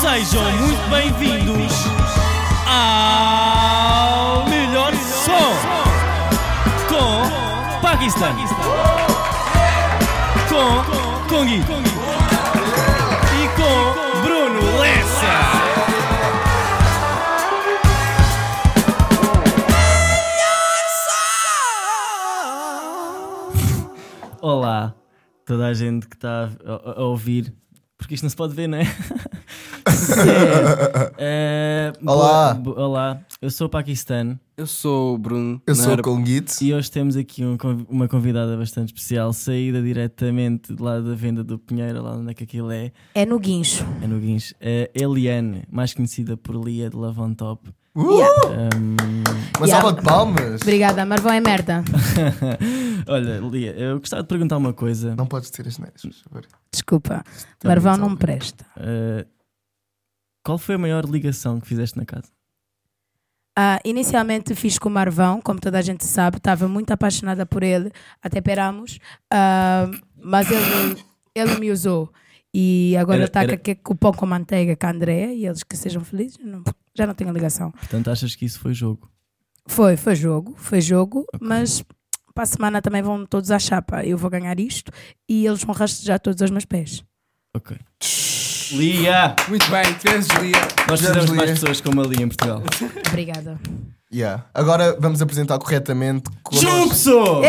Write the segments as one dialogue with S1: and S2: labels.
S1: Sejam muito bem-vindos ao Melhor Som com Pakistan, com Kongi e com Bruno Lessa. Olá, toda a gente que está a, a- a ouvir, porque isto não se pode ver, não é? É,
S2: Olá.
S1: bo- bo- olá, eu sou o Pakistan.
S3: Eu sou o Bruno.
S2: Eu
S3: não
S2: sou
S3: era-
S2: o Conguito.
S1: E hoje temos aqui um conv- uma convidada bastante especial, saída diretamente de lá da venda do Pinheiro, lá onde é que aquilo é,
S4: É no guincho.
S1: é no Guincho. É Eliane, mais conhecida por Lia de Love on Top.
S2: Uh!
S4: Yeah.
S2: Uma
S4: Yeah.
S2: salva de palmas.
S4: Obrigada, Marvão é merda.
S1: Olha, Lia, eu gostava de perguntar uma coisa.
S2: Não podes ter as neiras, por favor.
S4: Desculpa,
S2: Isto é
S4: Marvão
S2: muito
S4: não me
S2: óbvio.
S4: presta.
S1: Eh, qual foi a maior ligação que fizeste na casa?
S4: Ah, inicialmente fiz com o Marvão, como toda a gente sabe, estava muito apaixonada por ele, até peramos, ah, mas ele, ele me usou. E agora
S1: Era-
S4: está
S1: era-
S4: com o pão com manteiga com a Andrea e eles que sejam felizes, não- já não tenho ligação.
S1: Portanto, achas que isso foi jogo?
S4: Foi, foi jogo, foi jogo, mas para a semana também vão todos à chapa. Eu vou ganhar isto e eles vão rastejar todos aos meus pés.
S1: Ok. Lia!
S3: Muito bem, tu és Lia.
S1: Nós precisamos de mais
S2: Lia.
S1: pessoas como a Lia em Portugal.
S4: Obrigada.
S2: Yeah. Agora vamos apresentar corretamente. connosco-
S1: Jumpso!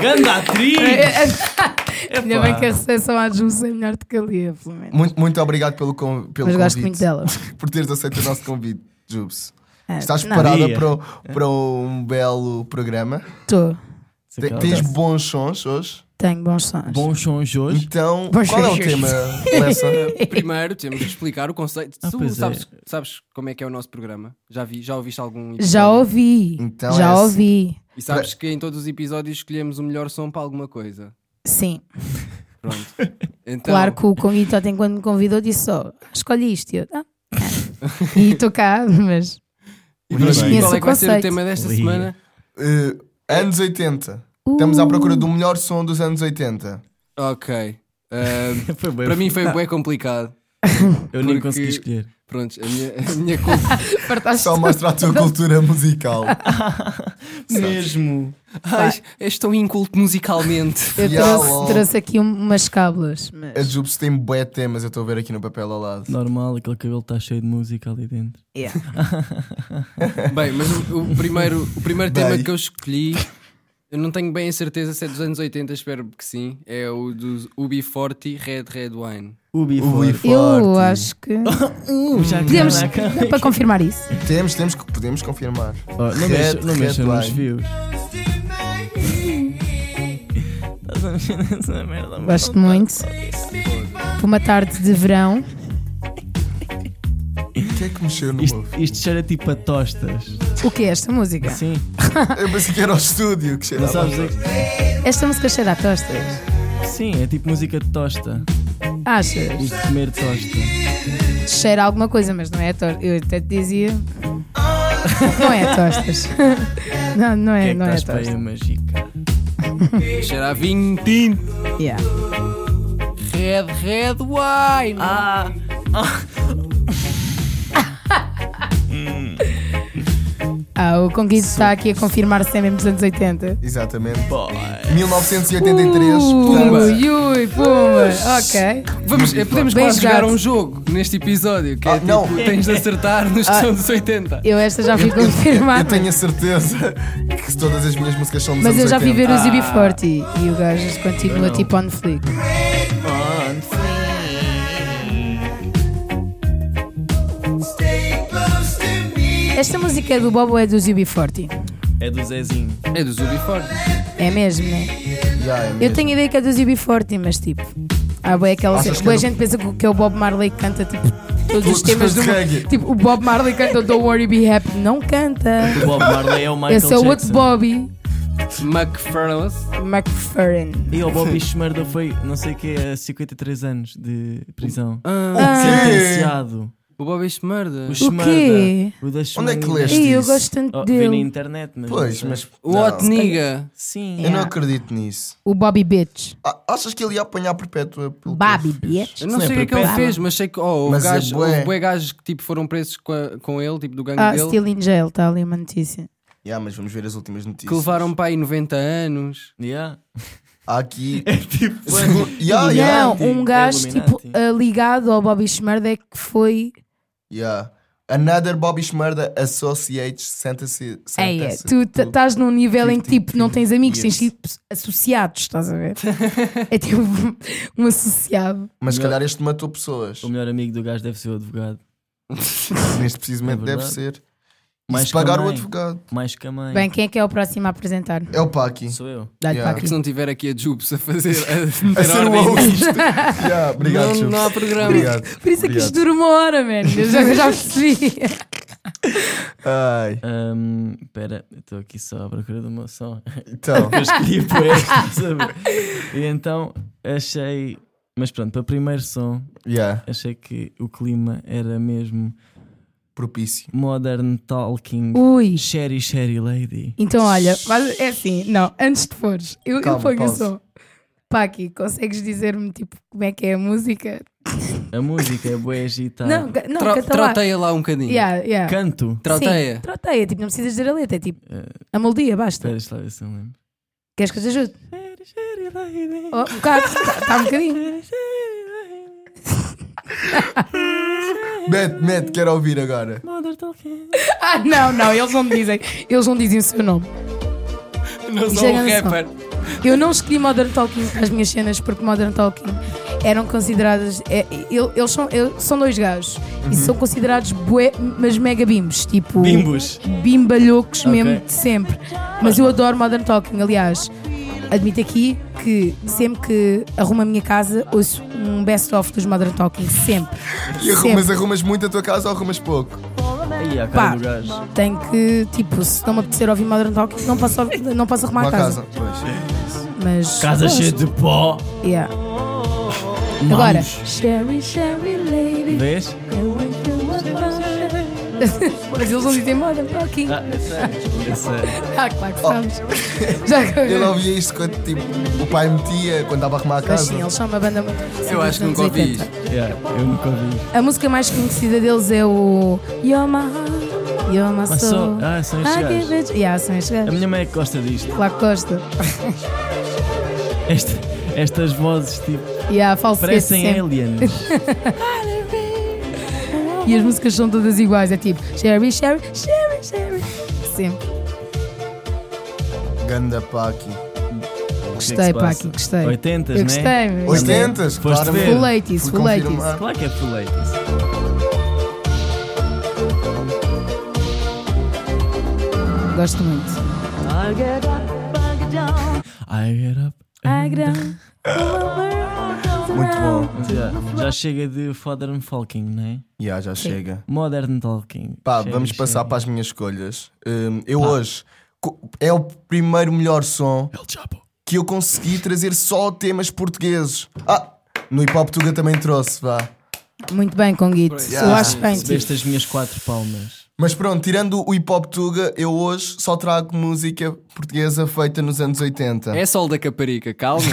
S1: Ganda
S3: É,
S1: atriz!
S4: Ainda bem que a recepção à Jus é melhor do que ali, pelo menos.
S2: Muito, muito obrigado pelo, con- pelo
S4: Mas
S2: convite.
S4: gosto muito dela.
S2: Por teres aceito o nosso convite, Jubes.
S4: É,
S2: Estás
S4: não,
S2: preparada
S1: Lia.
S2: para, o- para um belo programa?
S4: Tô.
S1: Essa
S2: Te-
S1: cara.
S2: Tens bons sons hoje?
S4: Tenho bons sons.
S1: Bons sons hoje.
S2: Então,
S4: Bons
S2: qual é o
S4: sons.
S2: tema, Lessa?
S3: Primeiro temos de explicar o conceito.
S1: Ah,
S3: tu
S1: pois é.
S3: sabes, sabes como é que é o nosso programa? Já vi, já ouviste algum episódio?
S4: Já ouvi.
S2: Então
S4: já
S2: é assim.
S4: ouvi.
S3: E sabes que em todos os episódios escolhemos o melhor som para alguma coisa.
S4: Sim.
S3: Pronto. Então,
S4: Claro que o convite ontem quando me convidou disse só, escolhi isto. E eu, "Ah, é." e estou cá, mas
S3: e pronto,
S1: Muito bem.
S3: qual é que vai
S4: Esse
S3: ser o
S4: conceito.
S3: tema desta
S1: Lia.
S3: semana?
S2: Eh, anos 80.
S4: Uh.
S2: Estamos à procura do melhor som dos anos 80.
S3: Ok. Ahm,
S1: Foi bem.
S3: para mim foi bem complicado.
S1: Eu nem
S3: porque-
S1: consegui escolher.
S3: Pronto, a minha, a minha culpa.
S4: Fartaste-
S2: Só mostra a tua cultura musical.
S1: Mesmo.
S3: Ai, és tão inculto musicalmente.
S4: Eu
S2: Fiala.
S4: trouxe, trouxe aqui um- umas cábulas. mas-
S2: A Jubes tem bué temas, eu estou a ver aqui no papel ao lado.
S1: Normal, aquele cabelo está cheio de música ali dentro.
S4: Yeah.
S3: Bem, mas o, o primeiro, o primeiro tema
S2: Bem.
S3: que eu escolhi, eu não tenho bem a certeza se é dos anos 80, espero que sim. É o do UB40 Red Red Wine.
S1: Ubi
S2: Ui,
S1: foi.
S4: Eu
S2: forte.
S4: acho que
S1: Já
S4: podemos
S1: caraca.
S4: para confirmar isso.
S2: Temos, temos que podemos confirmar.
S1: Oh, não mexa, não
S2: Red
S1: mexa nos
S2: line.
S1: fios. Estás a mexer nessa merda, mas
S4: Gosto muito. Para uma tarde de verão.
S2: O que é que mexeu no
S1: Isto,
S2: meu?
S1: isto cheira tipo a tostas.
S4: O que é esta música?
S1: Sim,
S2: Eu pensei que era ao estúdio que
S1: não
S2: cheirava.
S1: sabes? É,
S4: Esta música cheira a tostas.
S1: sim, é tipo música de tosta.
S4: Achas?
S1: Isto de comer tosta.
S4: É, Cheira a alguma coisa, mas não é tostas. Eu até te dizia. Não é tostas. Não, não
S1: O que
S4: é,
S1: é que
S4: não é
S1: estás para aí
S4: tostas.
S1: a mágica?
S3: Cheira a vinho tinto.
S4: Yeah.
S3: Red Red Wine.
S1: Ah,
S4: Ah, o Conguito está aqui a confirmar se é mesmo dos anos 80.
S2: Exatamente.
S1: boy.
S2: 1983,
S4: Uh,
S2: portanto.
S4: Ui, ui, puma. Ok.
S3: Vamos, eh, podemos
S4: Bem
S3: quase jogar
S4: jogado.
S3: um jogo neste episódio, que é
S2: Ah,
S3: tipo,
S2: não. Ah.
S3: tens de acertar nos que são dos 80.
S4: Eu esta já fui
S2: Eu
S4: confirmada.
S2: tenho a certeza que todas as minhas músicas são dos
S4: Mas
S2: anos
S4: eu já fui
S2: 80.
S4: ver o UB40 e o gajo continua tipo on flick. Esta música é do Bobo é do UB40.
S1: É do Zezinho.
S3: É do UB40.
S4: É mesmo, né?
S2: Já, é
S4: Eu
S2: mesmo.
S4: tenho a ideia que é do UB40, mas tipo. Ah, boa, é aquela.
S2: Achas
S4: cena-
S2: que é
S4: Boa, a
S2: do-
S4: gente pensa que é o Bob Marley que canta tipo todos
S2: Todos
S4: os temas
S2: os
S4: do.
S2: reggae.
S4: Tipo, o Bob Marley canta o Don't Worry Be Happy. Não canta.
S1: O Bob Marley é o Michael
S4: Esse é o outro
S1: Jackson.
S4: Bobby
S3: McFarlane.
S4: McFerrin.
S1: E o Bob Schmerda foi, não sei o que, a 53 anos de prisão.
S3: Ah,
S2: quê?
S1: Sentenciado.
S3: O Bob Esmerda.
S1: O
S4: quê?
S1: Schmerda. O da Schmerda.
S2: é que leste
S4: Ei, eu
S2: isso.
S4: gosto tanto
S1: Oh, vi na
S4: dele.
S1: internet, mas. não
S2: Pois,
S1: sei.
S2: mas. É.
S3: O
S2: não.
S3: Hot Nigga.
S1: Sim.
S2: Eu não
S4: Yeah.
S2: acredito nisso.
S4: O Bobby Bitch.
S2: Ah, Achas que ele ia apanhar perpétua pelo
S4: Bobby
S2: que ele
S4: Bitch.
S3: Eu
S1: Isso
S3: não
S1: não é
S3: sei o que é que ele
S1: perpétuo.
S3: fez, mas sei que oh, o
S2: Mas é
S3: gajo,
S2: bué.
S3: houve bué gajos que tipo, foram presos com, a- com ele, tipo do gangue
S4: Ah,
S3: dele,
S4: Still in Jail, está ali uma notícia.
S2: fez? Yeah, mas vamos ver as últimas notícias.
S3: que levaram para aí 90 anos.
S1: Yeah.
S2: Há aqui.
S1: É tipo.
S2: Segundo- yeah, Ah, yeah.
S4: Não,
S1: Illuminati,
S4: um gajo
S1: Illuminati.
S4: tipo, ah, ligado ao Bobby Schmerda é que foi.
S2: yeah. Another Bobby Schmerda Associates Sentences.
S4: Ei,
S2: sentences
S4: É, tu
S2: to-
S4: t- tá- estás num nível em que
S2: 50
S4: tipo, não tens amigos, tens
S2: years.
S4: tipo associados, estás a ver? é tipo um associado.
S2: Mas se calhar este matou pessoas.
S1: O melhor amigo do gajo deve ser o advogado.
S2: Neste precisamente
S1: É
S2: deve
S1: verdade.
S2: ser. E
S1: Mais
S2: se pagar
S1: que a
S2: o
S1: mãe.
S2: advogado.
S1: Mais que a mãe.
S4: Bem, quem é que é o próximo a apresentar?
S2: É o Paki.
S1: Sou eu.
S4: Dá-lhe
S2: Yeah.
S4: para
S3: É que
S4: aqui.
S3: se não tiver aqui a Jupes a fazer. A,
S2: A ser o host. yeah, obrigado,
S3: não,
S2: Chubs.
S3: não há programa.
S2: Obrigado.
S4: Por isso é que
S2: obrigado.
S4: isto dura uma hora, mano. Eu já, eu já percebi.
S2: Ai,
S1: Ahm, Espera, eu estou aqui só à procura do meu som.
S2: então.
S1: Eu escolhi por este, sabe? E então achei. Mas pronto, para o primeiro som,
S2: Yeah,
S1: achei que o clima era mesmo
S2: propício.
S1: Modern Talking,
S4: Ui.
S1: Sherry Sherry Lady.
S4: Então, olha, mas é assim, não, antes de fores, eu, eu
S2: Calma,
S4: ponho o
S2: pausa.
S4: som. Paqui, consegues dizer-me tipo como é que é a música?
S1: A música é boa agitada.
S4: Não, ca- não,
S3: Tro-
S4: canta lá.
S3: troteia lá um bocadinho.
S4: Yeah, yeah.
S1: Canto.
S3: Troteia.
S4: Sim, troteia, tipo, não precisas dizer a letra, é tipo,
S1: Eh,
S4: a moldia, basta.
S1: Espera, deixa lá ver se eu me lembro.
S4: Queres que eu te ajude?
S1: Sherry Sherry Lady.
S4: Oh, um bocado, está um bocadinho.
S1: Sherry, Sherry Lady.
S2: Mete, mete, quero ouvir agora.
S1: Modern Talking.
S4: Ah, não, não, eles não me dizem, eles não dizem o seu nome.
S3: Não
S4: Isso
S3: sou
S4: é
S3: um
S4: grande som.
S3: rapper.
S4: Eu não escolhi Modern Talking para as minhas cenas porque Modern Talking eram consideradas. é, ele- eles são, ele- são dois gajos e são considerados bué, mas mega bimbos. Tipo,
S1: Bimbos.
S4: Bimbalhocos
S1: Ok.
S4: mesmo de sempre. Mas eu adoro Modern Talking, aliás. Admito aqui que sempre que arrumo a minha casa ouço um best-of dos Modern Talking. Sempre.
S2: E arrumas, arrumas muito a tua casa ou arrumas pouco?
S1: Aí, a cara
S4: Pá,
S1: do gajo.
S4: tenho que, tipo, se não me apetecer ouvir Modern Talking, não posso, ouvir- não posso arrumar
S2: Uma
S4: a casa.
S2: casa. Pois.
S4: Mas
S1: Casa
S4: gosto.
S1: cheia de pó.
S4: Yeah.
S1: Mãos.
S4: Agora.
S5: Sherry, Sherry lady,
S1: Vês?
S5: going through a fire.
S4: Mas eles não dizem moda, para aqui.
S1: Ah, eu sei. Eu sei.
S4: Ah, claro que sabes.
S2: Oh.
S4: Já
S2: Ele ouvia isto quando tipo, o pai metia quando estava a arrumar a
S4: Mas
S2: casa.
S4: sim, eles são uma banda muito.
S3: Eu acho que nunca ouvi isto.
S1: Yeah, eu nunca ouvi.
S4: A música mais conhecida deles é o You're my heart, you're my
S1: Mas só.
S4: soul.
S1: Ah, são estes
S4: I
S1: gajos.
S4: give it. Yeah, são estes
S1: A
S4: gajos.
S1: minha mãe é que gosta disto.
S4: Lá Costa.
S1: Esta- estas vozes tipo,
S4: Yeah, falsete
S1: parecem
S4: sempre.
S1: aliens. é
S4: E as músicas são todas iguais. É tipo Sherry, Sherry, Sherry, Sherry. Sempre.
S2: Ganda Paki.
S4: Gostei, pá, aqui gostei.
S1: 80,
S4: Eu
S1: né?
S4: gostei, mesmo.
S1: Foste ver.
S2: 80s,
S4: Full
S2: claramente.
S4: 80s,
S2: Fui
S4: full 80s.
S2: confirmar.
S1: Claro que é full 80s.
S4: Gosto muito.
S5: I get up, I get down,
S1: I get up.
S4: I get up.
S2: Muito bom.
S1: Já, já chega de Modern Talking, não é?
S2: Yeah, já chega.
S1: Modern Talking.
S2: Pá,
S1: Chega,
S2: vamos
S1: chega.
S2: passar para as minhas escolhas. Hum, eu hoje co- é o primeiro melhor som
S1: El Chapo.
S2: que eu consegui trazer só temas portugueses. Ah, no Hip Hop Tuga também trouxe, vá.
S4: Muito bem, Conguito.
S2: Yeah.
S4: Eu acho bem. tipo,
S1: Recebeste as minhas quatro palmas.
S2: Mas pronto, tirando o Hip Hop Tuga, eu hoje só trago música portuguesa feita nos anos 80.
S3: É sol da Caparica, calma.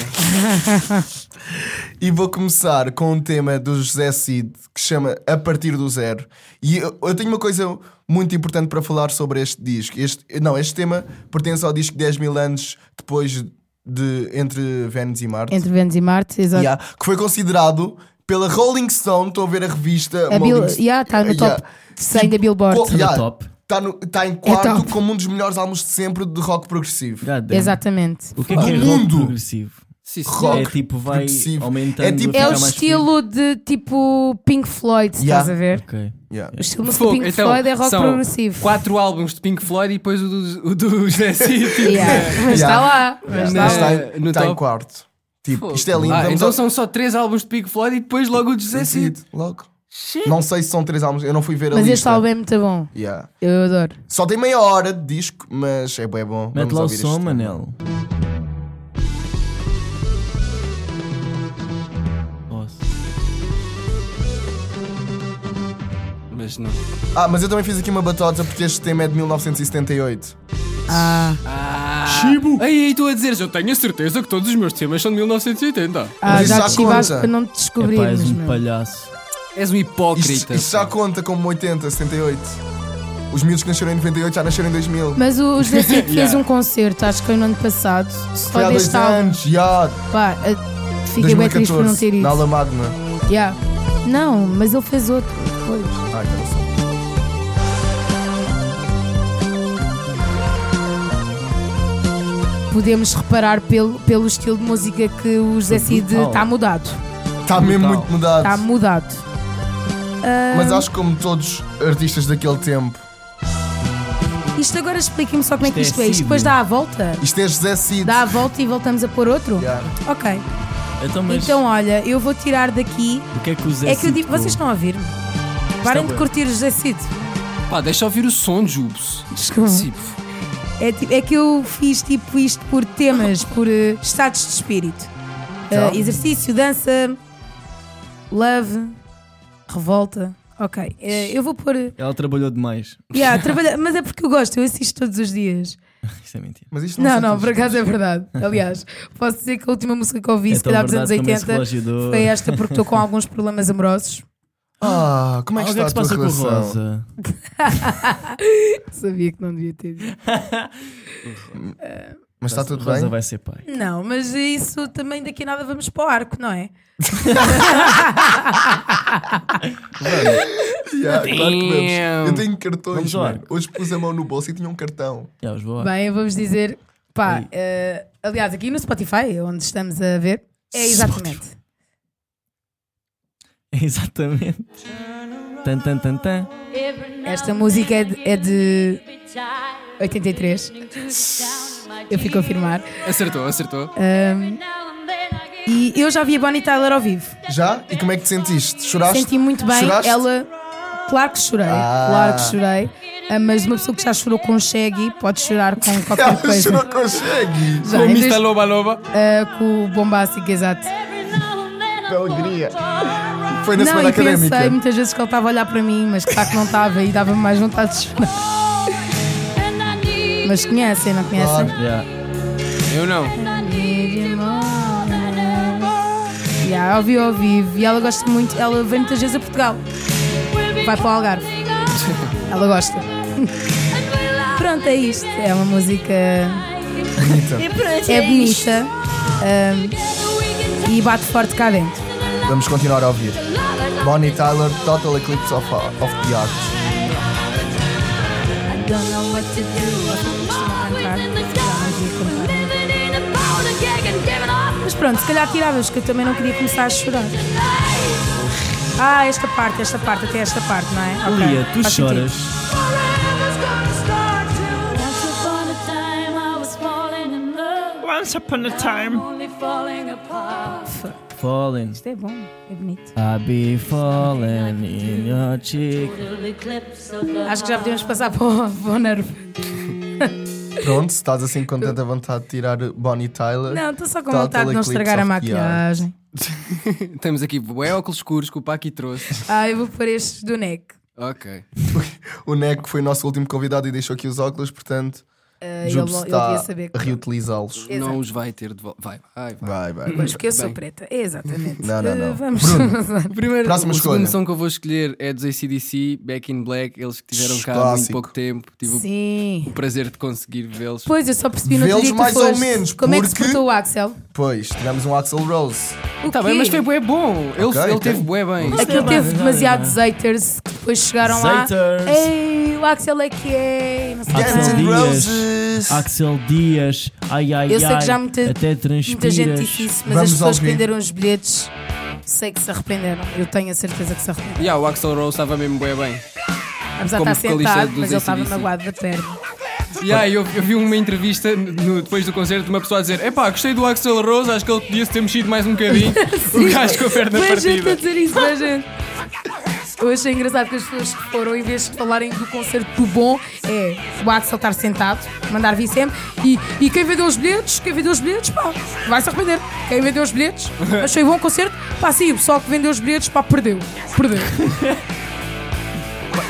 S2: E vou começar com um tema do José Cid que se chama A Partir do Zero. E eu, eu tenho uma coisa muito importante para falar sobre este disco. Este, não, este tema pertence ao disco 10 mil anos depois de Entre Vênus e Marte.
S4: Entre Vênus e Marte, exato.
S2: Yeah, que foi considerado pela Rolling Stone, estou a ver a revista.
S4: A É Bill,
S2: Rolling Stone.
S4: yeah, está no
S2: Yeah.
S4: top 100 da Billboard.
S2: Co- yeah,
S1: top.
S2: Está no- está em quarto
S4: É top.
S2: como um dos melhores álbuns de sempre de rock progressivo.
S1: God damn.
S4: Exatamente.
S1: O que é que é
S2: Do
S1: rock
S2: mundo.
S1: progressivo?
S3: Sim, sim.
S2: Rock.
S1: é tipo, vai
S2: progressivo.
S1: aumentando.
S2: É tipo-
S1: a
S4: É o
S1: ficar mais
S4: estilo de tipo Pink Floyd,
S2: Yeah.
S4: estás a ver?
S1: fino. Ok.
S2: Yeah.
S4: O estilo de
S3: Fogo,
S4: Pink
S3: então,
S4: Floyd é rock
S3: são
S4: progressivo.
S3: Quatro álbuns de Pink Floyd e depois o do, o do José Cid. tipo,
S4: Yeah. Mas está lá. Mas
S2: Mas
S4: está lá.
S2: está em,
S3: é No
S2: está em
S3: top.
S2: quarto. Tipo, isto é lindo.
S3: Ah,
S2: vamos
S3: então
S2: ao-
S3: são só três álbuns de Pink Floyd e depois logo o de José Cid.
S2: Logo. Não sei se são três álbuns, eu não fui ver a
S4: Mas este
S2: lista.
S4: álbum é muito bom.
S2: Yeah.
S4: Eu adoro.
S2: Só tem meia hora de disco, mas é bem bom.
S1: Mete
S2: Vamos
S1: lá o
S2: ouvir
S1: som,
S2: este tema.
S1: Manel. É Nossa.
S3: mas não.
S2: Ah, mas eu também fiz aqui uma batota porque este tema é de 1978.
S6: Ah,
S3: Ah!
S6: Chibo!
S3: Aí, aí tu a dizeres, eu tenho a certeza que todos os meus temas são de 1980.
S4: Ah,
S2: Mas isso
S4: já
S2: já
S4: deschivaste
S2: conta.
S4: para não
S1: É
S4: te
S1: pá, és
S4: descobrirmos,
S1: um
S4: meu.
S1: palhaço.
S3: És
S2: Isto,
S3: um
S1: Oh,
S3: hipócrita.
S2: isto já conta como 80, 78. Os miúdos que nasceram em 98 já nasceram em 2000.
S4: Mas o, os Decid fez
S3: Yeah.
S4: um concerto, acho que foi no ano passado.
S2: Foi
S4: Só
S2: há dois
S4: deste álbum.
S2: anos, já,
S4: Pá, eh, fiquei bem triste por não
S2: 2014,
S4: ter
S2: na
S4: ido.
S2: aula magna.
S4: Yeah. Não, mas ele fez outro depois.
S2: Ah, então sim.
S4: Podemos reparar pelo, pelo estilo de música que o Zé Cid
S1: brutal.
S4: está mudado.
S2: Está Tá mesmo
S1: Brutal.
S2: muito mudado.
S4: Está mudado. Ah,
S2: Mas acho que como todos artistas daquele tempo,
S4: Isto agora expliquem-me só como é que
S1: Isto
S4: isto
S1: é
S4: é. Isto
S1: Cid.
S4: depois dá a volta.
S2: isto é José Cid.
S4: Dá a volta e voltamos a pôr outro?
S2: Yeah.
S4: Ok.
S1: Então, mas
S4: Então, olha, eu vou tirar daqui.
S1: o que é que o Zé
S4: É que eu
S1: Cid
S4: digo, vocês estão a ouvir-me. Parem de
S1: bem.
S4: curtir o José Cid.
S3: Pá, deixa ouvir o som, Jubes.
S4: Desculpa.
S3: Sim.
S4: É, ti- é que eu fiz tipo isto por temas, por eh, estados de espírito. Eh,
S1: Tá.
S4: exercício, dança, love, revolta. Ok. Eh, eu vou pôr.
S1: Ela trabalhou demais.
S4: Yeah, trabalhar, mas é porque eu gosto, eu assisto todos os dias.
S1: Isso é mentira.
S2: Mas isto
S4: Não,
S2: sei
S4: não,
S2: tudo.
S4: por acaso é verdade. Então, Aliás, posso dizer que a última música que
S1: É
S4: ouvi, se calhar dos anos 80, foi esta porque estou com alguns problemas amorosos.
S2: Ah, como é que
S1: o que é
S2: está
S1: que
S2: a
S1: se
S2: tua
S1: passa com o
S2: relação?
S1: Rosa?
S4: Sabia que não devia ter dito.
S2: Mas está tudo
S1: Rosa
S2: bem?
S1: vai ser pai.
S4: Não, mas isso também daqui a nada vamos para o arco, não é?
S2: Yeah, claro que vamos.
S3: Damn.
S2: Eu tenho cartões,
S1: Vamos lá.
S2: mano. Hoje pus a mão no bolso e tinha um cartão.
S1: Já os vou.
S4: Bem, eu vou-vos dizer, pá, eh, aliás, aqui no Spotify, onde estamos a ver, é exatamente.
S1: Exatamente. Tan, tan, tan, tan.
S4: Esta música é de, é de 83, eu fico a afirmar.
S3: Acertou, acertou.
S4: Ahm, e eu já vi a Bonnie Tyler ao vivo.
S2: Já? E como é que te sentiste? Choraste?
S4: Senti muito bem.
S2: Choraste?
S4: Ela. Claro que chorei,
S2: Ah.
S4: claro que chorei. Ah, mas uma pessoa que já chorou com Shaggy pode chorar com qualquer
S2: Ela
S4: coisa.
S2: chorou com Shaggy.
S4: Já,
S3: Com o
S4: em
S3: Mr.
S4: vez-
S3: Loba Loba.
S4: ah, com o bombástico, exato.
S2: Que alegria. Foi na
S4: não,
S2: semana
S4: e pensei
S2: académica.
S4: muitas vezes que ele estava a olhar para mim, mas claro que não estava e dava-me mais vontade de chorar. Mas conhecem, não conhecem?
S1: Já.
S3: Eu não.
S4: Já, ouvi ao vivo e ela gosta muito, ela vem muitas vezes a Portugal. Vai para o Algarve. Ela gosta. Pronto, é isto. É uma música. É bonita. Ah, hum, e bate forte cá dentro.
S2: Vamos continuar a ouvir. Bonnie Tyler, Total Eclipse of, of the Heart.
S4: Mas pronto, se calhar tiravas, que eu também não queria começar a chorar. Ah, esta parte, esta parte, até esta parte, não é? Ok,
S1: Lia, tu
S4: faz sentido.
S1: choras.
S7: Once upon a time.
S1: Fallen.
S4: Isto é bom, é bonito.
S1: I be fallen in your cheek.
S4: Acho que já podemos passar para o, para o nervo.
S2: Pronto, se estás assim com tanta vontade de tirar Bonnie Tyler.
S4: Não, estou só com
S2: Total
S4: vontade de não
S2: Eclipse
S4: estragar a
S2: of the Heart.
S4: maquiagem.
S3: Temos aqui bué óculos escuros que o Paqui trouxe.
S4: Ah, eu vou pôr estes do neck.
S3: Ok.
S2: O Neco foi o nosso último convidado e deixou aqui os óculos, portanto,
S4: Ah, ele,
S2: Jubes
S4: ele
S2: está
S4: devia saber
S2: a
S4: que.
S2: reutilizá-los.
S4: Exato.
S3: Não os vai ter de volta. Vai, vai, vai.
S2: Vai, vai.
S4: Pois, porque eu sou
S3: Bem.
S4: preta. É, Exatamente.
S2: Não, não, não.
S4: Ah, Vamos.
S3: Primeiro,
S2: Próxima
S3: o
S2: escolha.
S3: segundo som que eu vou escolher é dos ACDC, Back in Black. Eles que tiveram cá há muito
S2: Clássico.
S3: pouco tempo. Tive o
S4: Sim.
S3: prazer de conseguir vê-los.
S4: Pois, eu só percebi no outro
S2: Vê-los
S4: dia que tu
S2: mais ou
S4: foste.
S2: menos,
S4: Como é que se
S2: porque-
S4: portou o Axel?
S2: Pois, tivemos um Axel Rose.
S4: O
S3: Tá bem,
S4: quê?
S3: mas foi bué bom. Ele,
S2: Ok, então.
S3: ele
S2: ok.
S3: teve bué bem.
S4: Aquilo
S1: Não,
S4: teve
S1: não, não,
S4: demasiados
S1: não.
S4: haters que depois chegaram lá.
S1: Haters.
S4: Ei, o Axel é que é. Não sei o
S1: Axel
S2: Guns
S4: quê.
S2: N'
S1: Dias.
S2: Roses.
S1: Axel Dias. Ai, ai,
S4: Eu sei que
S1: ai.
S4: já muita-
S1: Até transpiras.
S4: Muita gente disse isso, mas
S2: Vamos
S4: as pessoas que
S2: ouvir.
S4: venderam os bilhetes, sei que se arrependeram. Eu tenho a certeza que se arrependeram.
S3: Yeah, o Axel Rose estava mesmo bué bem.
S4: Apesar de
S3: Como
S4: estar
S3: vocalista
S4: sentado,
S3: dos
S4: mas ele estava
S3: AC/DC.
S4: magoado da perna.
S3: Yeah, eu, eu vi uma entrevista no- depois do concerto de uma pessoa a dizer: Epá, gostei do Axel Rose, acho que ele podia se ter mexido mais um bocadinho. o gajo com a perna
S4: Boa gente a
S3: partida.
S4: dizer isso, boa gente. Eu achei engraçado que as pessoas que foram, em vez de falarem do concerto do bom, é o Axel estar sentado, mandar vir sempre. E, e quem vendeu os bilhetes, quem vendeu os bilhetes, pá, vai se arrepender. Quem vendeu os bilhetes, achei bom o concerto, pá, sim, o pessoal que vendeu os bilhetes, pá, perdeu. Perdeu.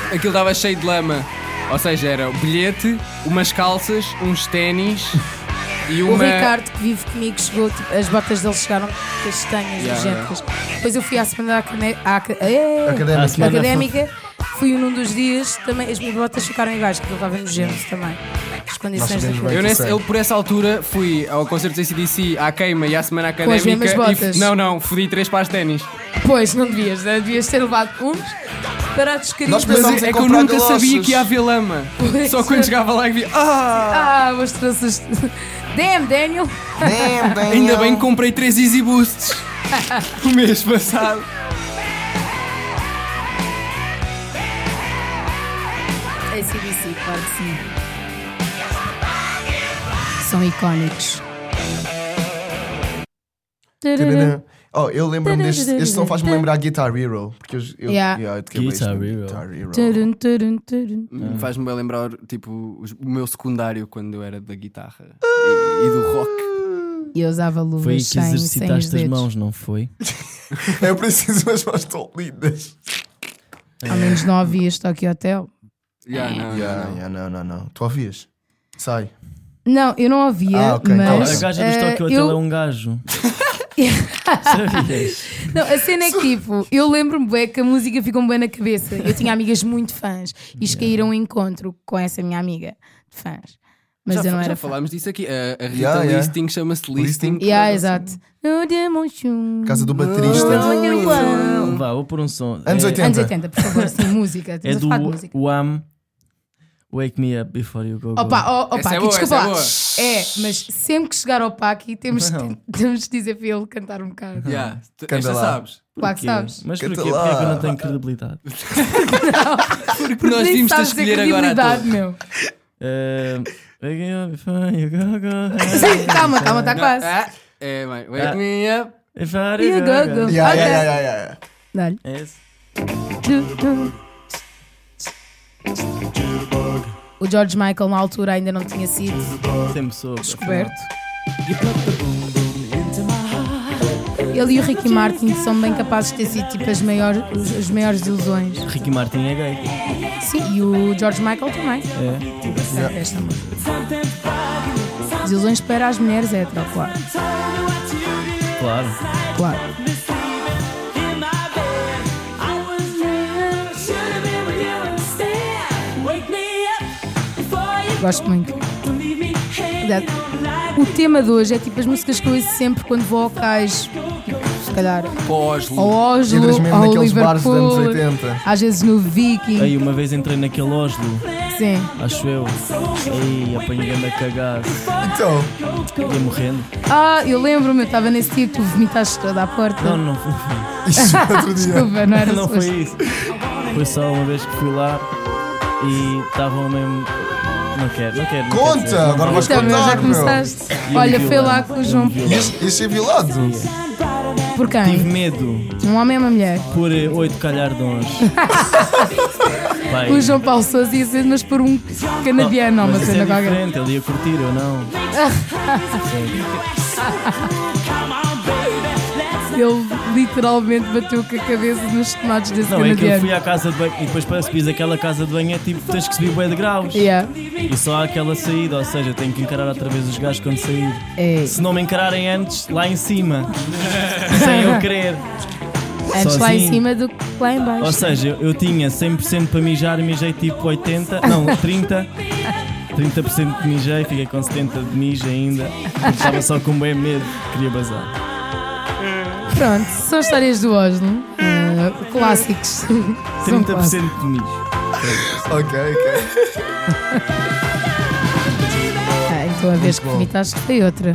S3: aquilo estava cheio de lama. Ou seja, era o bilhete, umas calças, uns ténis e
S4: O
S3: uma.
S4: Ricardo, que vive comigo, chegou, tipo, as botas dele chegaram castanhas,
S3: Yeah,
S4: nojentas. Depois eu fui à semana da acane- à aca- eh,
S2: Académica.
S4: à semana académica, fui num dos dias, também as minhas botas ficaram iguais, porque eu estava nojento também. As condições
S2: Nossa,
S4: daquilo.
S2: bem
S3: Eu, nessa-
S2: Sim.
S3: eu, por essa altura fui ao concerto do ACDC, à queima e à semana académica.
S4: as mesmas
S3: e
S4: botas.
S3: não, não, fodi três pares de ténis.
S4: Pois, não devias, né? devias ter levado uns para descrever.
S2: Nós
S3: Mas
S2: Pensámos
S3: é
S2: em
S3: que eu
S2: comprar
S3: nunca sabia
S2: galochas.
S3: que ia haver lama.
S4: Pois.
S3: Só quando chegava lá e vi. Ah!
S4: Ah, mas trouxe. Damn, Daniel!
S2: Damn, damn.
S3: Ainda bem que comprei três Easy Boosts o mês passado.
S4: ACDC, claro que sim. São icónicos.
S2: Tadadã. Oh, eu lembro-me deste. Este som faz-me lembrar a Guitar Hero. Porque eu. eu
S4: Yeah.
S2: eu toquei
S1: Guitar
S2: bastante
S1: Hero.
S2: Guitar Hero.
S4: Turum, turum, turum.
S3: Faz-me bem lembrar tipo, os- o meu secundário quando eu era da guitarra e, e do rock.
S4: E eu usava luvas
S1: Foi aí que
S4: sem, sem os
S1: exercitaste as
S4: dedos.
S1: mãos, não foi?
S2: É preciso, mas mãos tão lindas.
S4: Ao menos não havias Tokyo Hotel.
S3: Yeah, não,
S2: Yeah,
S3: não, não.
S2: yeah, não, não, não. Tu ouvias? Sai.
S4: Não, eu não havia,
S2: Ah, ok, então
S4: mas...
S1: A gaja do
S4: eh,
S1: Tóquio Hotel
S4: eu-
S1: é um gajo. Sabias?
S4: Não, a cena é que tipo, eu lembro-me bem que a música ficou-me bem na cabeça. Eu tinha amigas muito fãs e cheguei a um encontro com essa minha amiga de fãs. Mas
S3: já,
S4: eu não
S3: fa-
S4: era
S3: já
S4: fã.
S3: falámos disso aqui. A, a Rita
S2: Yeah, yeah.
S3: Listing chama-se Listing.
S2: Listing.
S4: Yeah, exato. No demon shoe.
S2: Casa do baterista.
S1: Vá, vou pôr um som.
S2: Anos
S1: É-
S2: 80.
S4: Anos 80, por favor, sim, música.
S1: É
S4: Estamos a
S1: do
S4: falar de música.
S1: Wham. Wake me up before you go. go.
S4: Opa, oh,
S3: Essa
S4: opa,
S3: é
S4: que
S3: boa, essa
S4: desculpa
S3: é
S4: lá.
S3: boa.
S4: É, mas sempre que chegar ao Paqui temos,
S1: Não.
S4: temos de dizer para ele cantar um bocado.
S3: Yeah, t-
S2: Canta
S3: esta
S2: lá.
S3: sabes.
S4: Claro que
S1: Porquê?
S4: sabes.
S1: Mas
S2: Canta
S1: porquê? Porquê
S2: lá.
S1: é que eu não tenho credibilidade?
S3: Porque nós
S4: Nem
S3: vimos te
S4: sabes a
S3: escolher agora a
S4: credibilidade,
S3: todos.
S4: meu.
S1: Eh, wake me up before you go go.
S4: Sim, calma, calma, está quase.
S3: Ah, é, mãe. Wake
S1: Ah.
S3: me up.
S1: Before
S4: You
S1: you
S4: go, go.
S2: Yeah,
S4: Ok.
S2: yeah, yeah, yeah, yeah.
S4: Dá-lhe.
S1: É esse.
S4: Du- du. O George Michael na altura ainda não tinha sido
S1: Sempre soube. é
S4: descoberto. Ele e o Ricky Martin são bem capazes de ter sido tipo as maiores, os- as maiores ilusões.
S1: Ricky Martin é gay.
S4: Sim, e o George Michael também.
S1: É.
S4: Esta música. Desilusões para as mulheres hetero, claro.
S1: Claro.
S4: claro. Gosto muito. Verdade. O tema de hoje é tipo as músicas que eu ouço sempre quando vou ao cais, Tipo, se calhar,
S3: Pós,
S4: ao Oslo,
S2: Entras mesmo
S4: ao
S2: naqueles bares dos anos
S4: Liverpool,
S2: 80.
S4: às vezes no Viking,
S1: Aí uma vez entrei naquele Oslo,
S4: sim.
S1: acho eu. Aí apanhei-me a cagar.
S2: Então,
S1: Ia morrendo.
S4: Ah, eu lembro-me, eu estava nesse dia que tu vomitaste toda à porta.
S1: Não, não foi.
S2: isso foi outro dia.
S4: Desculpa, não era
S1: Não
S4: suposto.
S1: foi isso. Foi só uma vez que fui lá e estavam mesmo. Não quero, não quero. não quero um dizer.
S2: Conta!
S1: Não
S2: Agora
S1: vou-
S2: vais
S4: Então, mas já
S2: contar, meu.
S4: começaste. Olha, foi lá com o
S1: um
S4: João
S2: Isso é violado.
S1: Tive
S4: por quem?
S1: medo
S4: Um homem e uma mulher.
S1: por eh, oito calhardões. Pai,
S4: O João Paulo Sousa ia ser, mas por um canadiano, não,
S1: mas
S4: uma
S1: isso é
S4: cena qualquer.
S1: diferente, ele ia curtir, eu não.
S4: Ele literalmente bateu com a cabeça nos tomates desse
S1: Não, é que eu
S4: canadiano.
S1: fui à casa de banho e depois para subir aquela casa de banho é tipo, tens que subir bué de graus.
S4: Yeah.
S1: E só há aquela saída, ou seja, tenho que encarar outra vez os gajos quando sair.
S4: Ei,
S1: Se não me encararem antes, lá em cima. Sem eu querer.
S4: antes lá em
S1: sozinho.
S4: cima do que lá em
S1: Ou
S4: baixo.
S1: seja, eu, eu tinha 100% para mijar, mijei tipo 80, não, 30. 30% de mijei, fiquei com 70 de mija ainda. porque Estava só com bem medo, queria bazar.
S4: Pronto, são histórias do Oslo. eh, clássicos. São
S1: 30%
S4: clássicos.
S1: de mijo.
S2: Ok, ok.
S4: Ah, então a vez que vomitaste foi outra.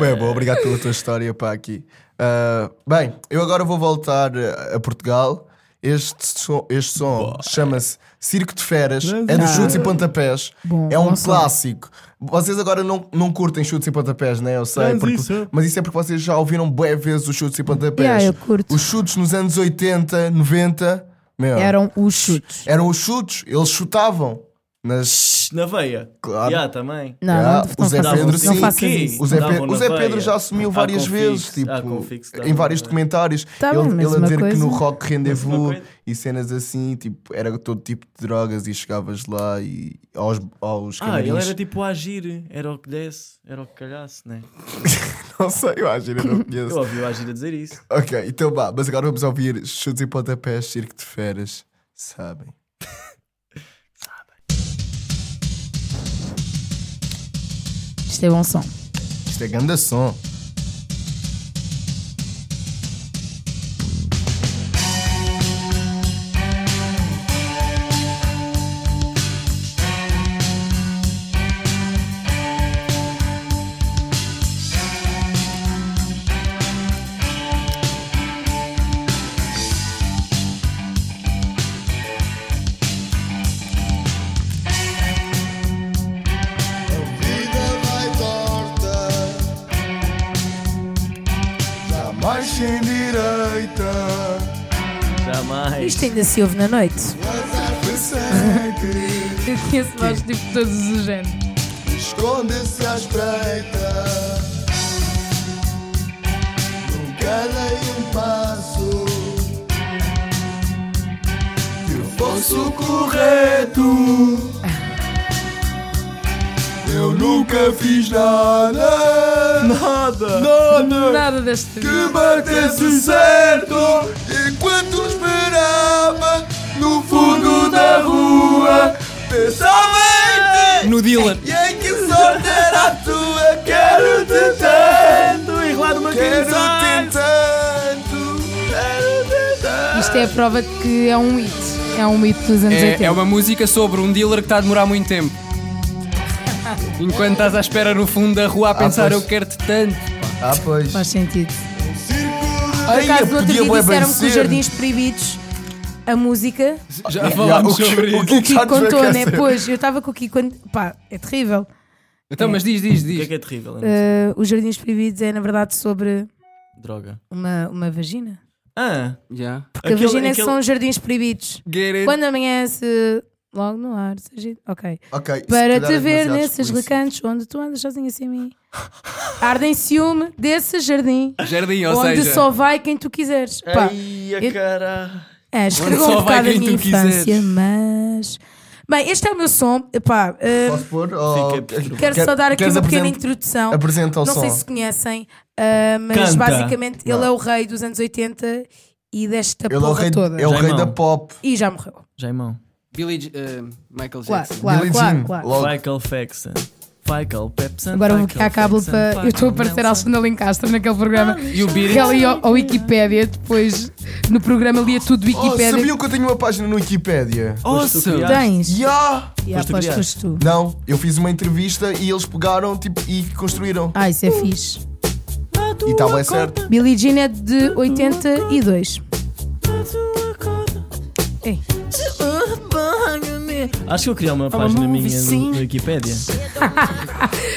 S2: Bem, bom, obrigado pela tua história para aqui. Ah, bem, eu agora vou voltar eh, a Portugal. Este som, este som chama-se Circo de Feras, é dos chutes e pontapés.
S4: Bom,
S2: é um
S4: bom som.
S2: clássico. Vocês agora não, não curtem chutes e pontapés, né? Eu sei,
S1: Mas
S2: porque-
S1: isso-
S2: mas isso é porque vocês já ouviram bué vezes os chutes e pontapés.
S4: Yeah, eu curto.
S2: Os chutes nos anos 80, 90, meu, É.
S4: Eram os chutes.
S2: eram os chutes, eles chutavam. Nas...
S1: Na veia.
S2: Claro.
S1: Já, também.
S4: Não,
S2: Yeah,
S4: não,
S2: É, o
S4: não,
S2: Zé
S4: faças
S2: Pedro
S4: isso, não
S2: sim.
S4: faças
S1: Quê?
S4: isso.
S2: O Zé,
S1: Davam
S2: Pe- o
S1: na
S2: Zé
S1: veia.
S2: Pedro já assumiu
S1: Ah,
S2: várias
S1: com
S2: vezes,
S1: fixe.
S2: tipo,
S1: Ah, com fixe, davam
S2: em vários
S1: na veia.
S2: documentários.
S4: Tá bem,
S2: ele ele
S4: mas
S2: a
S4: uma
S2: dizer que
S4: coisa-
S2: no Rock Rendezvous
S1: coisa.
S2: e cenas assim, tipo, era todo tipo de drogas e chegavas lá e aos, aos
S1: Ah, ele
S2: camarins.
S1: era tipo a agir, era o que desse, era o que calhasse, né?
S2: Não sei, eu acho, eu não
S1: Eu
S2: conheço.
S1: ouvi o agir a dizer isso.
S2: ok, então vá, mas agora vamos ouvir chutes e pontapés, circo de feras, sabem?
S4: Isto é bom som.
S2: Isto é grande som.
S6: Vida vai torta,
S2: Jamais sem direita,
S1: Jamais.
S4: Isto é- ainda se ouve na noite.
S2: sempre
S4: Eu conheço mais tipo todos os géneros.
S6: esconde-se à espreita. Nunca dei um passo que fosse o correto. Eu nunca fiz nada, nada, nada.
S4: Nada deste.
S6: que batesse certo enquanto esperava no fundo da rua. Pensava em ti
S3: No Dylan.
S6: e em que sorte era a tua. Quero te tanto, quero te tanto, quero te tanto.
S4: Isto é a prova de que é um hit. É um hit dos anos
S3: É,
S4: 80.
S3: é uma música sobre um dealer que está a demorar muito tempo. Enquanto estás à espera no fundo da rua a pensar
S2: Ah, pois.
S3: eu quero-te tanto.
S2: Ah, pois.
S4: Faz sentido.
S6: Circo
S4: Por
S2: Ai,
S4: acaso, no outro
S2: podia
S4: dia
S2: bué
S4: disseram-me que
S2: vencer.
S4: os jardins proibidos, a música,
S3: Já falámos
S2: o que-
S3: sobre
S2: o
S3: isso.
S2: que-
S4: o Kiko
S2: Já nos
S4: contou, né?
S2: aqueceu.
S4: Pois, eu estava com o Kiko quando. Pá, é terrível.
S3: Então, mas diz, diz,
S1: O que é
S3: diz.
S1: que é terrível? Ana?
S4: Eh, os jardins proibidos é, na verdade, sobre
S1: Droga.
S4: uma, uma vagina.
S1: Ah,
S3: Já.
S4: Porque
S1: Aquele-
S4: a vagina é que
S1: aquele-
S4: são os jardins proibidos.
S3: Get it.
S4: Quando amanhece, logo no ar, seja. Ok.
S2: Ok, se
S4: Para
S2: calhar
S4: te
S2: é
S4: ver
S2: demasiado
S4: nesses
S2: explícito.
S4: recantos onde tu andas sozinha sem mim. Ardem ciúme desse jardim.
S3: Jardim, ou
S4: Onde
S3: seja.
S4: só vai quem tu quiseres. Pá,
S1: Ai,
S4: eu-
S1: a cara.
S4: é, esfregou
S3: só
S4: um
S3: vai
S4: bocado a
S3: quem
S4: minha
S3: tu quiseres.
S4: infância, mas. Bem, este é o meu som. Pá, eh,
S2: Posso pôr? ou-
S1: Fica perturbado.
S4: quero
S2: Quer-
S4: só dar aqui
S2: queres
S4: uma pequena
S2: apresent-
S4: introdução.
S2: Apresenta o
S4: Não
S2: som.
S4: sei se conhecem, ah, mas
S1: Canta.
S4: basicamente ele
S2: Não.
S4: é o rei dos anos 80 e desta
S2: Ele é o
S4: porra
S2: rei,
S4: toda. Ah,
S2: é o
S1: Já
S2: rei
S1: irmão.
S2: da pop.
S4: E já morreu.
S1: Jaimão.
S3: Billy J- eh, Michael
S4: Claro,
S3: Jackson.
S4: claro,
S2: Billie
S4: claro,
S2: Jean,
S4: claro.
S2: logo.
S1: Michael Faxon. Michael Pepson.
S4: Agora vou
S1: Michael
S4: criar cabo
S1: Faxon,
S4: para. Eu estou a
S1: Michael
S4: parecer a
S1: Nelson.
S4: Alexandra Lencastre naquele programa.
S3: E o Beat
S4: Que
S3: It.
S4: ela ia ao, ao Wikipédia, depois no programa lia tudo
S2: Oh,
S4: Wikipédia.
S2: sabiam que eu tenho uma página no Wikipédia?
S1: Foste tu
S3: Awesome.
S1: criar.
S4: Tens.
S2: Ya!
S1: Foste
S4: E aposto que
S1: criado.
S4: foste tu.
S2: Não, eu fiz uma entrevista e eles pegaram tipo, e construíram.
S4: Ah, isso é fixe.
S2: E estava bem certo.
S4: Billie Jean é de 82. Ei,
S1: Acho que eu criei uma página
S4: um
S1: minha no no Wikipédia.
S4: de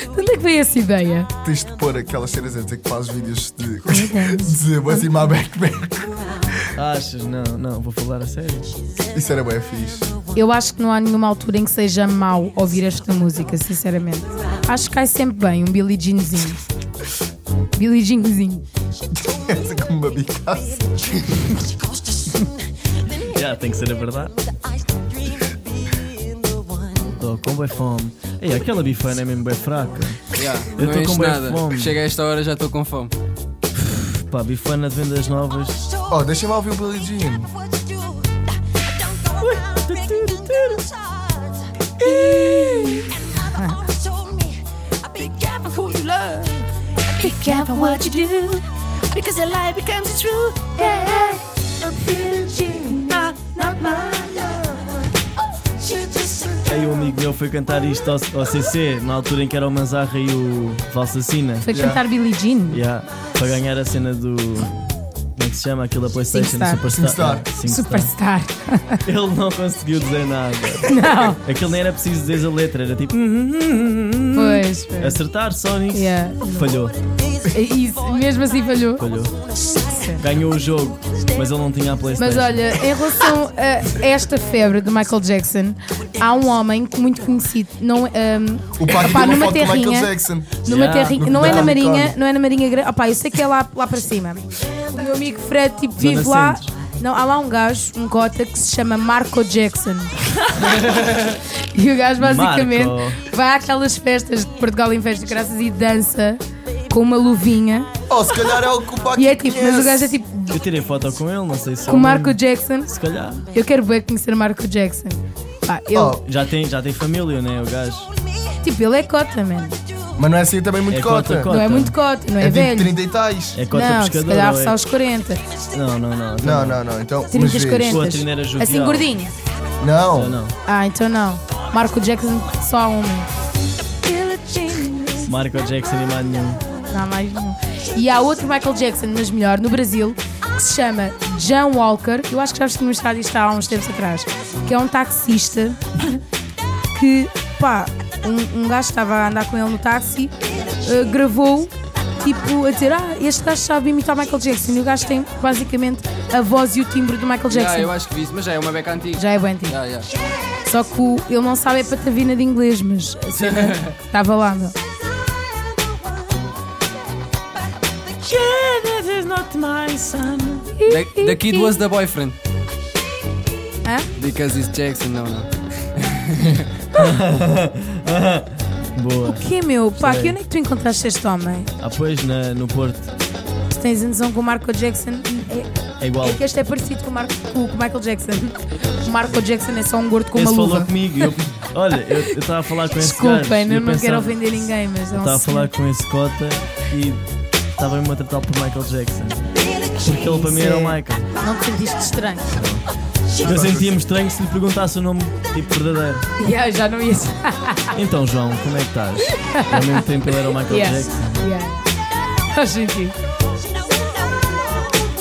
S4: onde é que veio essa ideia?
S2: Tens de pôr aquelas cenas a dizer que fazes vídeos de. de Buzz e My Backpack.
S1: Achas? Não, não, vou falar a sério.
S2: Isso era bem fixe.
S4: Eu acho que não há nenhuma altura em que seja mau ouvir esta música, sinceramente. Acho que cai sempre bem um Billie Jeanzinho. Billie Jeanzinho.
S2: Essa como uma bicaça.
S1: Já, tem que ser a verdade. Estou com bem fome. Ei, aquela bifana é mesmo bem fraca.
S3: Já.
S1: Eu
S3: Não
S1: tô
S3: enche
S1: com bué
S3: nada.
S1: fome.
S3: Chega a esta hora já estou com fome.
S1: Pá, bifana de vendas novas.
S2: Oh, deixa-me ouvir o Billie Jean.
S7: Be careful what you do, because your life becomes true. Yeah, I'm feeling not, not my love. She's Oh, just a
S1: Aí um amigo meu foi cantar isto ao, ao CC, na altura em que era o Manzarra e o Valsacina.
S4: Foi cantar Billie Jean.
S1: Yeah, para ganhar a cena do. Como é que se chama? Aquilo da PlayStation
S4: Singstar.
S1: do Superstar. Yeah, Singstar.
S4: Superstar.
S1: Ele não conseguiu dizer nada.
S4: Não.
S1: Aquilo nem era preciso dizer a letra, era tipo.
S4: Pois. pois.
S1: Acertar só nisso.
S4: Yeah.
S1: Falhou,
S4: Isso, mesmo assim falhou.
S1: falhou.
S4: música.
S1: Ganhou o jogo, mas ele não tinha a Playstation.
S4: Mas olha, em relação a esta febre do Michael Jackson, há um homem que muito conhecido, não, um,
S2: O pai
S4: opá,
S2: tirou uma
S4: numa
S2: foto do Michael
S4: terrinha,
S2: Jackson.
S4: numa
S1: Yeah.
S4: terrinha, não é na
S2: Não,
S4: Marinha,
S2: claro.
S4: não é na Marinha Grande, opá, eu sei que é lá, lá para cima. O meu amigo Fred, tipo, vive lá.
S1: Centro.
S4: Não, há lá um gajo, um cota, que se chama Marco Jackson. e o gajo basicamente
S1: Marco.
S4: vai àquelas festas de Portugal em Festa de Graças e dança com uma luvinha.
S2: Oh, se calhar é o que o Paco
S4: E é tipo, mas o gajo é
S2: conhece.
S4: tipo,
S1: Eu tirei foto com ele, não sei se.
S4: com
S1: ele-
S4: Marco Jackson.
S1: Se calhar.
S4: Eu quero bem conhecer Marco Jackson. Pá, ele,
S2: Oh,
S1: Já tem, já tem família, né? O gajo.
S4: tipo, ele é cota, mano.
S2: Mas não é assim também muito
S1: É
S2: cota.
S1: cota, cota.
S4: Não é muito cota, não é,
S2: É tipo
S4: velho.
S2: 30 e tais.
S1: É cota
S4: não, se
S1: pescadora.
S4: calhar
S1: ou é-
S4: só aos 40,
S1: Não, não, não.
S2: Não, não, não. Então,
S4: 30,
S2: mas vês.
S4: 40.
S1: Sua tina era jovial.
S4: Assim gordinho.
S2: Não.
S1: Não, não.
S4: Ah, então não. Marco Jackson só homem.
S1: Michael Jackson e mais nenhum.
S4: Não há mais nenhum. E há outro Michael Jackson, mas melhor, no Brasil, que se chama John Walker. Eu acho que já vos tinha mostrado isto há uns tempos atrás. Que é um taxista que, pá, um, um gajo estava a andar com ele no táxi, eh, gravou tipo a dizer: Ah, este gajo sabe imitar Michael Jackson. E o gajo tem basicamente a voz e o timbre do Michael Jackson.
S3: Já, eu acho que vi isso, mas já é uma beca antiga.
S4: Já é bem antigo.
S3: Já, já.
S4: Só que o- ele não sabe é patavina de inglês, mas a cena estava lá, meu.
S5: Yeah, this is not my son.
S3: The, the kid was the boyfriend.
S4: Hã?
S3: Because it's Jackson, não, não.
S1: Boa.
S4: Que meu, pá, que onde é que tu encontraste este homem?
S1: Ah, pois, na, no Porto.
S4: Tu tens a noção que o Marco Jackson
S1: É igual.
S4: é, é que este é parecido com o, Marco, com o Michael Jackson. O Michael Jackson é só um gordo com uma
S1: Esse falou
S4: luva.
S1: comigo. eu- olha, eu estava a falar com esse gajo.
S4: Desculpem,
S1: e
S4: não,
S1: eu
S4: não quero
S1: pensava-
S4: ofender ninguém, mas é um
S1: Estava a
S4: senhor.
S1: falar com esse cota e estava-me a tratar por Michael Jackson. Porque ele para mim era o Michael.
S4: Não te sentiste estranho.
S1: Eu sentia-me estranho se lhe perguntasse o nome tipo verdadeiro.
S4: Yeah, já não ia ser.
S1: Então, João, como é que estás? Ao mesmo tempo ele era o Michael
S4: Yeah.
S1: Jackson.
S4: Yeah. Faz sentido.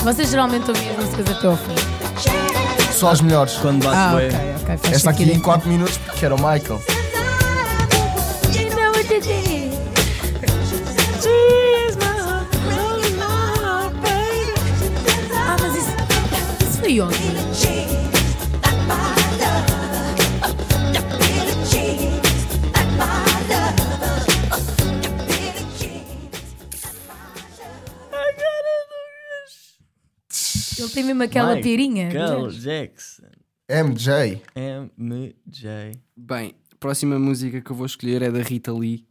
S4: Vocês geralmente ouvem as músicas até ao fim.
S2: Só as melhores.
S1: Quando bate
S4: Ah,
S1: bué.
S4: ok, ok. Faz
S2: Esta aqui
S4: sentido.
S2: em 4 minutos, porque era o Michael.
S4: Ah, mas isso, isso foi ontem. Ele tem mesmo aquela
S1: Michael
S4: tirinha.
S1: Michael Jackson.
S2: MJ.
S1: MJ.
S3: Bem, próxima música que eu vou escolher é da Rita Lee.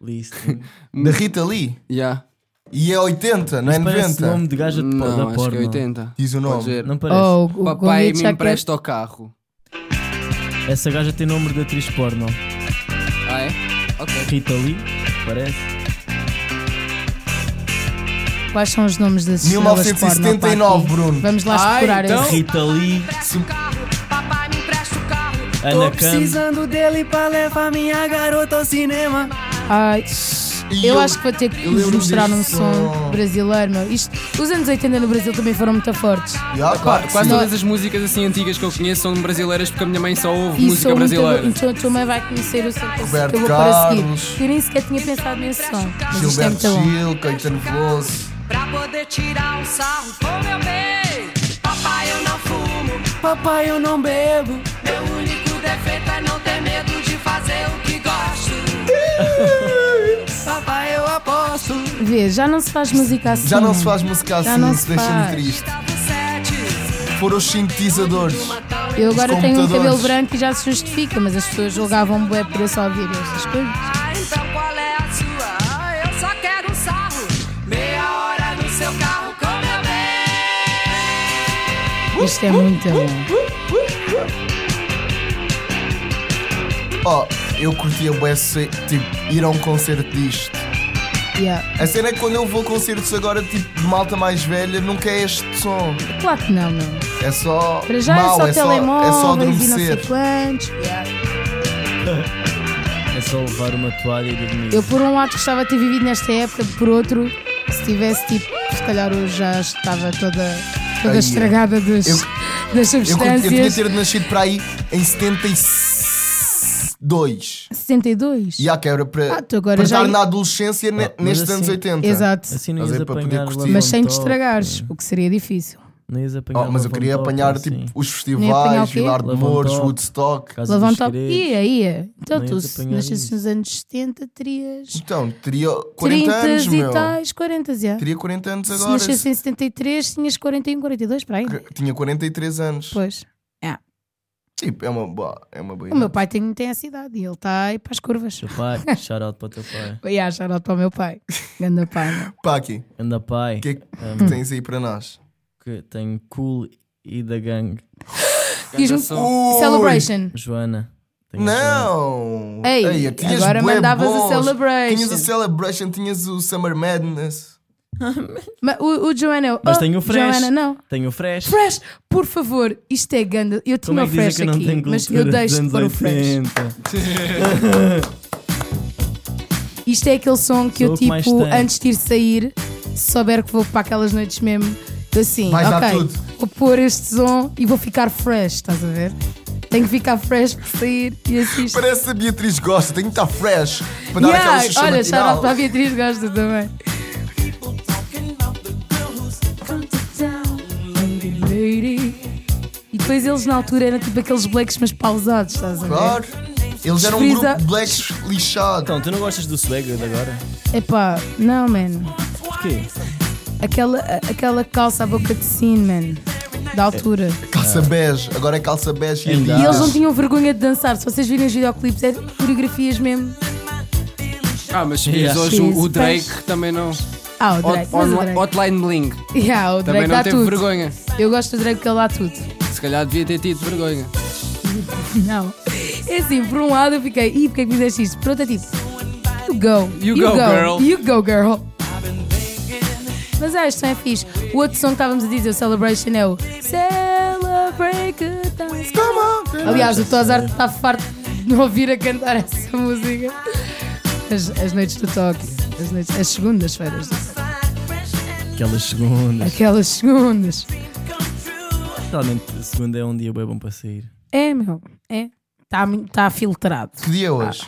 S1: Listing.
S2: Da Rita Lee.
S3: Já.
S2: E é 80, não é
S1: Parece
S2: 90.
S1: nome de gaja de po- da
S3: Não, acho que é
S1: porno.
S3: 80.
S2: Diz o
S3: Pode
S2: nome.
S3: dizer,
S1: Não parece.
S4: Oh, o
S3: Papai me
S4: Goliath já quer-
S3: empresta o carro.
S1: Essa gaja tem nome de atriz porno.
S3: Ah, é? Ok.
S1: Rita Lee, parece.
S4: Quais são os nomes das estrelas porno,
S2: 1979,
S4: pá, aqui?
S2: Bruno.
S4: Vamos lá
S3: Ah,
S4: explorar
S3: então.
S4: esse.
S1: Rita Lee,
S7: Papai me empresta o carro.
S1: Ana Khan.
S6: dele pra levar minha garota ao cinema.
S4: Ai,
S2: E
S4: eu acho que vou ter que
S2: eu
S4: vos
S2: lembro
S4: mostrar um
S2: disso.
S4: som brasileiro, meu. Isto, os anos 80 no Brasil também foram muito fortes.
S2: Yeah, claro que
S3: Quase
S2: sim.
S3: todas as músicas assim antigas que eu conheço são brasileieiras porque a minha mãe só ouve
S4: E
S3: música
S4: sou muito
S3: brasileira.
S4: boa- Então a tua mãe vai conhecer o som que eu vou
S2: Roberto
S4: pôr a
S2: Carlos.
S4: seguir. Eu nem sequer tinha pensado nesse som. Mas isto é
S2: Gilberto
S4: muito bom.
S2: Gil, Caetano Veloso.
S7: Pra poder tirar um sarro com meu bem. Papai, eu não fumo.
S6: Papai, eu não bebo.
S7: Meu único defeito é não ter medo de fazer o que gosto.
S6: Papai, eu aposto.
S4: Vê, já não se faz música assim.
S2: Já não se faz música
S4: Já
S2: assim,
S4: não
S2: isso
S4: se
S2: deixa-me
S4: faz.
S2: triste.
S7: Sete.
S2: Foram os sintetizadores.
S4: Eu agora
S2: Os
S4: tenho um cabelo
S2: computadores.
S4: branco e já se justifica, mas as pessoas julgavam bué por eu só ouvir estas coisas.
S7: Ah, então qual é a sua? Ah, eu só quero um sarro. Meia hora no seu carro com meu bem.
S4: Isto é
S2: Uh,
S4: muito bom.
S2: Oh, eu curtia bué se- tipo, ir a um concerto disto.
S4: Yeah.
S2: A cena é que quando eu vou a concertos agora, tipo, de malta mais velha, nunca é este som.
S4: Claro que não, não.
S2: É só
S4: Para já
S2: mau,
S4: é
S2: é só, é
S4: só
S2: só
S4: telemóveis e não sei
S2: adormecer.
S4: quantos.
S1: É só levar uma toalha e dormir.
S4: Eu, por um lado, gostava de ter vivido nesta época, por outro, se tivesse tipo, se calhar eu já estava toda, toda
S2: Ai,
S4: estragada dos,
S2: é. eu-
S4: das
S2: Eu, curti- eu tinha
S4: substâncias.
S2: ter nascido para aí em 70 e... 62.
S4: 62?
S2: E há quebra para
S4: Ah, tu agora
S2: para
S4: já-
S2: estar na adolescência ne-
S1: Ah, mas
S2: nestes
S1: assim-
S2: anos 80.
S4: Exato.
S1: Assim não
S2: Mas
S1: ias
S2: é para poder
S1: apanhar
S2: curtir.
S1: Love
S4: Mas
S1: on
S4: sem te
S1: Top,
S4: estragares,
S1: né?
S2: É.
S4: o que seria difícil.
S1: Não ias apanhar
S2: Oh, mas
S1: Love
S2: eu
S1: on
S2: queria
S1: Top,
S2: apanhar
S1: assim.
S2: tipo, os
S4: apanhar o
S2: festivais,
S4: quê?
S2: Vilar de
S1: Love on
S2: Mouros,
S1: Top.
S2: Woodstock.
S1: Casa dos
S4: Levantava.
S1: Segredos.
S4: Ia, ia. Então
S1: Não
S4: tu,
S1: ias
S4: se
S1: apanhar
S4: nasceste
S1: isso.
S4: nos anos 70, terias
S2: Então, teria 40
S4: 30
S2: anos,
S4: e
S2: meu.
S4: tais, 40 já.
S2: Teria 40 anos
S4: Se
S2: agora.
S4: nascesse em 73, tinhas 41, 42 para aí. é?
S2: Que- Tinha 43 anos.
S4: Pois.
S2: Tipo, é uma boa. É uma boa
S4: O meu
S2: ideia.
S4: pai tem, tem essa idade e ele está aí para as curvas.
S1: Teu pai, shout out para o teu pai.
S4: E a shout para o meu pai. Ganda pai, né?
S2: Pá, aqui.
S1: Anda pai,
S2: O que é que
S1: um,
S2: tens aí para nós?
S1: que tem cool e da gang.
S4: Diz-me-
S3: Cantação.
S4: Celebration.
S1: Joana. tem a Joana.
S2: Não!
S4: Ei,
S2: Ei, tinhas
S4: agora
S2: bué
S4: mandavas a
S2: bons.
S4: Celebration.
S2: Tinhas a Celebration, tinhas o Summer Madness.
S4: Mas o, o Joana.
S1: Mas
S4: oh,
S1: tenho o Fresh.
S4: Joana, não.
S1: Tenho o Fresh.
S4: Fresh, por favor, isto é ganda. Eu tinha
S1: Como é
S4: o
S1: que dizem
S4: Fresh
S1: que eu não
S4: aqui,
S1: tenho
S4: mas
S1: cultura
S4: eu deixo de
S1: dos
S4: pôr o
S1: anos
S4: Fresh.
S1: 80?
S4: Isto é aquele som que
S1: Sou
S4: eu,
S1: o que mais
S4: tipo,
S1: tenho.
S4: antes de ir sair, se souber que vou para aquelas noites mesmo, assim,
S2: Vais dar
S4: ok,
S2: tudo.
S4: vou pôr este som e vou ficar fresh, estás a ver? Tenho que ficar fresh por sair e assisto.
S2: Parece a Beatriz Gosta, tem que estar fresh para
S3: é
S2: dar
S4: Yeah,
S2: aquela xuxa
S4: Olha,
S2: matinal.
S4: shout out para a Beatriz, gosta também. Lady, lady. E depois eles na altura eram tipo aqueles blacks, mas pausados, estás a ver?
S2: Claro. Eles eram um
S4: Desfriza-
S2: grupo de blacks lixado.
S1: Então, tu não gostas do swagger de agora?
S4: Epá, não, man.
S1: Porquê?
S4: Aquela, a- aquela calça à boca de sino, man. Da altura.
S2: Calça bege, agora é calça bege e
S1: Ainda.
S4: E eles não
S2: Adidas.
S4: tinham vergonha de dançar. Se vocês virem os videoclipes, é coreografias mesmo.
S3: Ah, mas
S1: Yeah.
S3: hoje o, o
S4: Sim,
S3: Drake
S4: faz.
S3: também não.
S4: Ah, o Drake.
S3: Hot-
S4: Mas o
S3: onla-
S4: Drake.
S3: Hotline Bling
S4: Yeah, o Drake
S3: também
S4: dá
S3: não teve
S4: tudo.
S3: vergonha.
S4: Eu gosto do Drake porque ele dá tudo.
S3: Se calhar devia ter tido vergonha.
S4: Não. É assim, por um lado eu fiquei, ih, porque é que fizeste isto? Por outro é tipo, you go.
S3: You go, girl."
S4: You go, girl. Mas ah, isto não é fixe. O outro som que estávamos a dizer, o Celebration, é o Celebrate a Dance. Aliás, o Tozart está farto de me ouvir a cantar essa música. As, as noites do Tóquio. As, noites- as segundas-feiras.
S1: Aquelas segundas.
S4: Aquelas segundas.
S1: Realmente, segunda é um dia bem bom para sair.
S4: É, meu. É. Está tá filtrado.
S2: Que dia é hoje?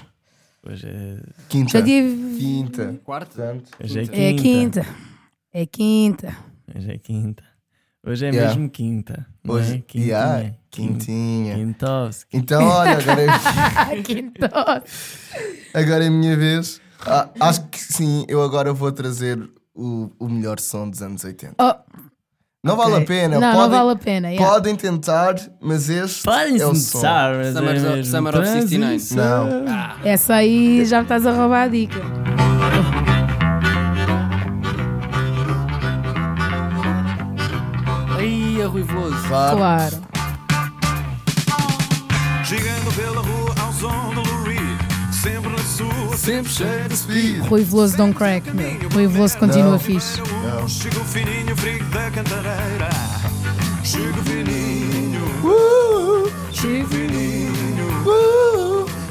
S1: Hoje é,
S2: Quinta.
S4: Ah, Já dia...
S2: Quinta.
S3: Quarta?
S2: Portanto,
S1: hoje é quinta.
S4: É quinta. É quinta.
S1: Hoje é quinta. Hoje é
S2: Yeah.
S1: mesmo quinta. não é?
S2: Hoje,
S1: Quintinha.
S2: yeah,
S1: Quin-
S2: quintinha.
S1: Quintos.
S2: Então, olha, agora é,
S4: Quinta.
S2: agora é a minha vez. Ah, acho que sim, eu agora vou trazer o, o melhor som dos anos 80.
S4: Oh,
S2: Não vale a pena.
S4: não,
S2: podem,
S4: não vale a pena. yeah.
S2: podem tentar, mas este
S1: Podem
S2: é o som.
S1: começar. mas
S3: Summer
S1: é
S3: of-
S1: mesmo
S3: Summer of 69.
S1: transição.
S2: Não.
S4: Essa aí já me estás a roubar a dica.
S3: Ai, a Rui Veloso.
S2: Claro.
S4: Claro.
S6: Chegando pela rua ao som do Louis, sempre na sua.
S3: Sempre cheio.
S2: Speed.
S4: Rui Veloso don't crack, meu. Rui Veloso continua
S2: Não.
S4: fixe.
S6: Não. Chego fininho, frio da cantareira. Chego fininho. Chego fininho.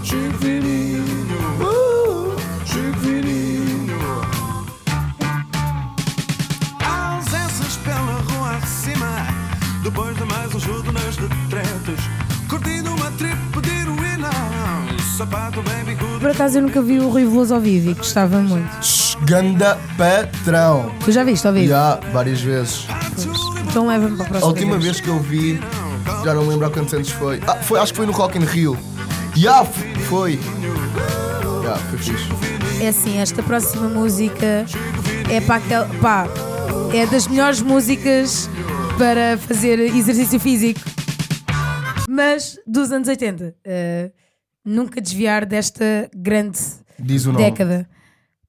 S6: Chego fininho. Chego fininho. Às essas pela rua acima, depois de mais um chuto nas retretas, curtindo uma trip de heroína. Um Sapato bem bicudo.
S4: Por acaso eu nunca vi o Rui Veloso ao vivo e gostava muito.
S2: Ganda patrão.
S4: Tu já viste ao vivo?
S2: Já, várias vezes.
S4: Então leva-me para a
S2: A
S4: próxima.
S2: última vez que eu vi, já não lembro há quantos anos foi. Ah, foi acho que foi no Rock in Rio. Já f- foi. Já, foi fixe.
S4: É assim, esta próxima música é para aquela. pá, é das melhores músicas para fazer exercício físico, mas dos anos 80. Eh, nunca desviar desta grande
S2: Diz o nome.
S4: década.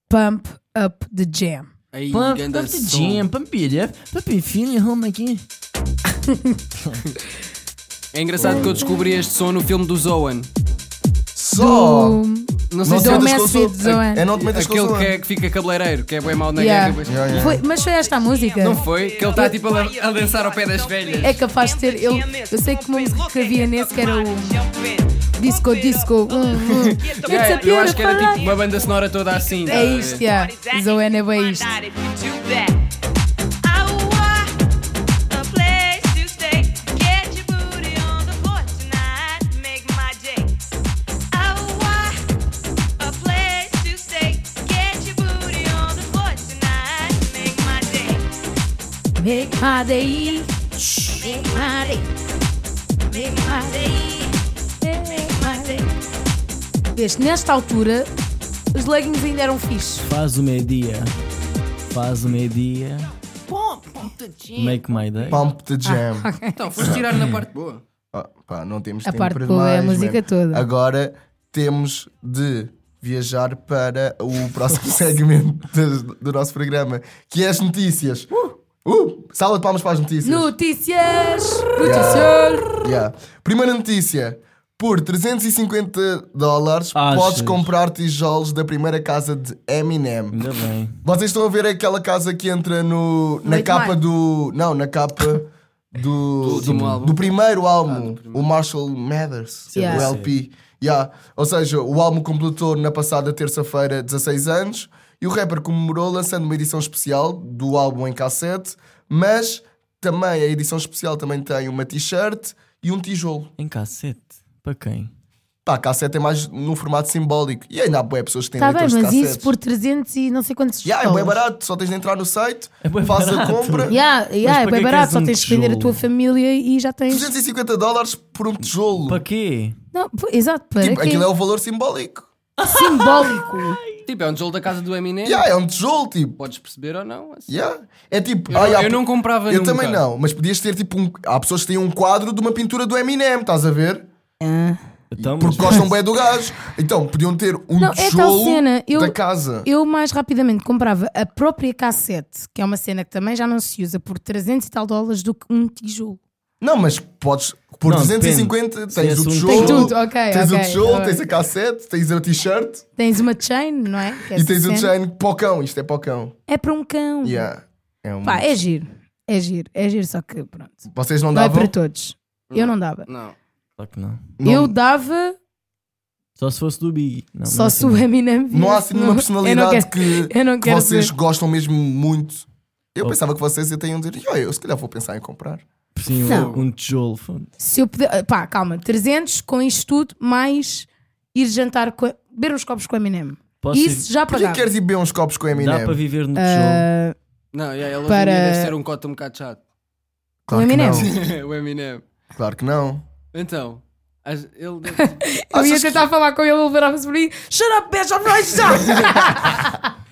S4: Pump Up the Jam.
S3: Ai,
S1: Pump,
S3: ganda
S1: pump the
S3: som.
S1: jam, pump it up, pump it, feel your home again.
S3: É engraçado que eu descobri este som no filme do Zoan.
S2: Só!
S3: Não sei
S2: Não
S3: se
S2: te
S4: Do
S2: metas com
S4: Mass
S2: os outros.
S4: Fit, Zoan.
S2: É não te metas com os
S3: aquele que, é,
S2: outros.
S3: que fica cabeleireiro, que é bem mau na
S4: Yeah.
S3: guerra. Depois.
S2: Yeah, yeah.
S4: Foi- mas foi esta a música?
S3: Não foi? Que ele está tipo a, a dançar ao pé das velhas.
S4: É capaz de ter. Ele, eu sei que uma música que havia nesse que era o. Disco, disco. Hum, hum.
S3: Yeah,
S4: It's a
S3: eu acho que era
S4: beautiful
S3: tipo uma banda sonora toda assim.
S4: É isto, yeah. Zoana é bem isto.
S7: money. Make money. Make money. Make money.
S4: Vês, nesta altura, os leggings ainda eram fixe.
S1: Faz o meio-dia. Faz o meio-dia.
S5: Pom, pom, tudinho.
S1: Make my day.
S2: Pump
S4: Ah,
S2: the jam.
S3: Então, foste tirar na parte boa.
S2: Ah, pá, não temos
S4: A
S2: tempo
S4: parte
S2: para
S4: boa é a
S2: mais,
S4: música
S2: man.
S4: toda.
S2: Agora temos de viajar para o próximo segmento do, do nosso programa, que é as notícias. Uh! Uh! Sala de palmas para as notícias.
S4: Notícias! Notícias!
S2: Yeah. Primeira notícia. Por 350 dólares
S1: Achas?
S2: podes comprar tijolos da primeira casa de Eminem.
S1: Ainda bem.
S2: Vocês estão a ver aquela casa que entra no, na
S4: Late
S2: capa
S4: Night.
S2: do. Não, na capa do.
S3: último
S2: do,
S3: álbum.
S2: do primeiro álbum, o Marshall Mathers,
S4: Yeah.
S2: o LP. Yeah. Ou seja, o álbum completou na passada terça-feira 16 anos e o rapper comemorou lançando uma edição especial do álbum em cassete, mas também a edição especial também tem uma t-shirt e um tijolo.
S1: Em cassete. Para quem?
S2: Pá, cassete é mais num formato simbólico. E ainda há bué pessoas que têm
S4: Está Tá bem,
S2: leitores
S4: mas
S2: de
S4: isso
S2: cassetes.
S4: por 300 e não sei quantos
S2: Yeah, é bem
S4: dólares.
S2: barato, só tens de entrar no site,
S1: É bué
S2: faz a
S1: barato.
S2: compra.
S4: Yeah, yeah, é
S1: para
S4: bem
S1: que
S4: barato,
S1: queres
S4: só
S1: um
S4: tens de vender a
S1: tijolo?
S4: tua família e já tens.
S2: 250 dólares por um tijolo.
S1: Para quê?
S4: Não, pô, exato, para
S2: Tipo,
S4: quê?
S2: aquilo é o valor simbólico.
S4: simbólico.
S3: Tipo, é um tijolo da casa do Eminem.
S2: Yeah, é um tijolo, tipo.
S3: Podes perceber ou não. assim.
S2: Yeah. É tipo.
S3: Eu,
S2: ah, yeah,
S3: eu não comprava
S2: Eu
S3: nunca.
S2: também não, mas podias ter tipo um. Há pessoas que têm um quadro de uma pintura do Eminem, estás a ver?
S1: Então,
S2: Porque
S1: mas-
S2: gostam bem do gajo. Então, podiam ter um
S4: Não, é tal
S2: tijolo
S4: cena, eu-
S2: da casa.
S4: Eu mais rapidamente comprava a própria cassete, que é uma cena que também já não se usa, por 300 e tal dólares do que um tijolo.
S2: Não, mas podes. Por
S1: Não,
S2: 250
S1: depende.
S2: tens
S1: Se
S2: o
S3: é
S1: és um
S2: tijolo.
S4: Tem tudo, ok,
S2: Tens
S4: ok,
S2: o tijolo,
S4: tá
S2: tens a
S4: bem.
S2: cassete, tens a t-shirt
S4: Tens uma chain, não é? Que é
S2: e tens o
S4: 60.
S2: chain pocão. Isto é pocão.
S4: É para um cão.
S2: Yeah. É um...
S4: Pá, é giro. É giro, é giro, só que pronto.
S2: Vocês não
S4: Não é
S2: davam?
S4: para todos. Eu não dava.
S3: Não.
S1: Claro que não.
S2: Não,
S4: Eu dava
S1: Só se fosse do Big.
S4: só se o Eminem
S2: não há assim nenhuma
S4: viesse no- eu não
S2: personalidade
S4: quero-
S2: que,
S4: eu não
S2: que
S4: quero
S2: vocês
S4: ser.
S2: gostam mesmo muito. Eu
S1: Oh.
S2: pensava que vocês iam ter dizer, "Olha, eu se calhar vou pensar em comprar.
S1: Sim, um-
S4: Não.
S1: um tijolo. foda-se.
S4: Se eu puder. eh, Pá, calma, 300 com isto tudo, mais ir jantar, com, beber uns copos com o Eminem.
S1: Posso
S4: Isso
S1: ir-
S4: já
S2: Por que
S4: pagava.
S2: queres ir beber uns copos com a M&M?"
S1: Dá para
S2: Eminem?
S1: viver no
S4: Ah.
S1: tijolo.
S3: Não, yeah, ele hoje em
S4: Para-
S3: dia deve ser um cota um bocado chato.
S2: Claro
S4: Com
S2: que
S4: Eminem.
S2: não.
S3: o Eminem.
S2: Claro que não.
S3: Então, as- ele deve...
S4: Eu ia
S2: Achas que-
S4: tentar falar com ele, ele virava-se para mim: Shut up, bitch, I'm right now!
S3: está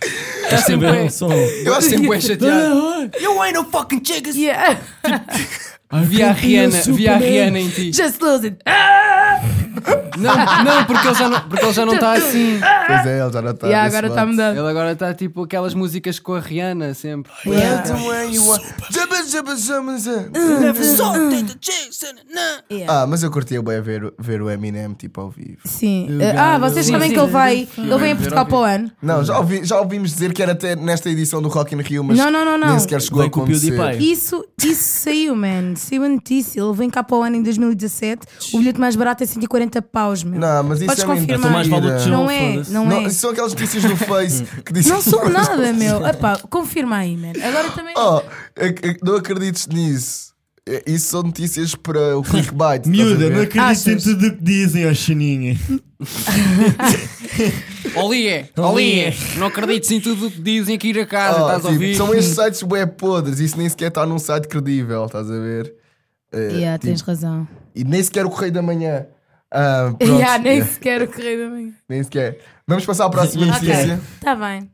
S3: sempre
S1: Saber um
S3: bem.
S1: som.
S2: Eu acho é sempre...
S3: Sempre bem chateado.
S5: You ain't no fucking chicken.
S4: Yeah,
S3: Via a Rihanna, via a Rihanna em ti.
S4: just lose it.
S2: Tá,
S3: Não, não, porque ele já não, porque ele já não está assim.
S2: Pois é, ele já não está.
S4: Yeah,
S2: desse
S4: agora está
S2: lado.
S4: mudando.
S3: Ele agora está tipo aquelas músicas com a Rihanna sempre.
S2: Well, the way you are- Jabba, jabba, jabba,
S4: Hum,
S2: jabba.
S5: Salted the chicks and the nut.
S2: Ah, mas eu curtia bem ver, ver o Eminem tipo ao vivo.
S4: Sim. Ah, vocês sabem que ele vai. Ele vem a Portugal para o ano.
S2: Não, já, ouvi- já ouvimos dizer que era até nesta edição do Rock in Rio, mas
S4: Não, não, não, não.
S2: nem sequer chegou
S1: Vem
S2: a
S1: com o
S2: acontecer.
S1: PewDiePie.
S4: Isso, isso saiu, man. Saiu a notícia. Ele vem cá para o ano em 2017. O bilhete mais barato é 140 paus, meu.
S2: Não, mas isso
S4: Podes
S2: é
S4: confirmar.
S2: mentira.
S1: Então mais vale o tijolo.
S4: Não é,
S1: foda-se.
S4: não
S2: Não,
S4: é.
S2: isso são aquelas notícias no Face que dizem.
S4: Não sou nada, meu. Epá, confirma aí, man. Agora também.
S2: Oh, ac- ac- não acredites nisso. É, Isso são notícias para o clickbait. estás a
S1: Miúda, não
S3: é
S2: ver?
S1: acredito em
S4: Achas?
S1: tudo o que dizem, ó Xaninha.
S3: Olie, Olie, não acredites em tudo o que dizem aqui na casa,
S2: Oh,
S3: estás a
S2: tipo,
S3: ouvir?
S2: São estes sites web podres. Isso nem sequer está num site credível, estás a ver? É,
S4: Yeah,
S2: tipo,
S4: tens razão.
S2: E nem sequer o Correio da Manhã. Ah, pronto,
S4: Yeah, nem
S2: yeah,
S4: sequer o correio da manhã.
S2: nem sequer. Vamos passar à próxima
S1: Ok.
S2: notícia.
S4: Está bem.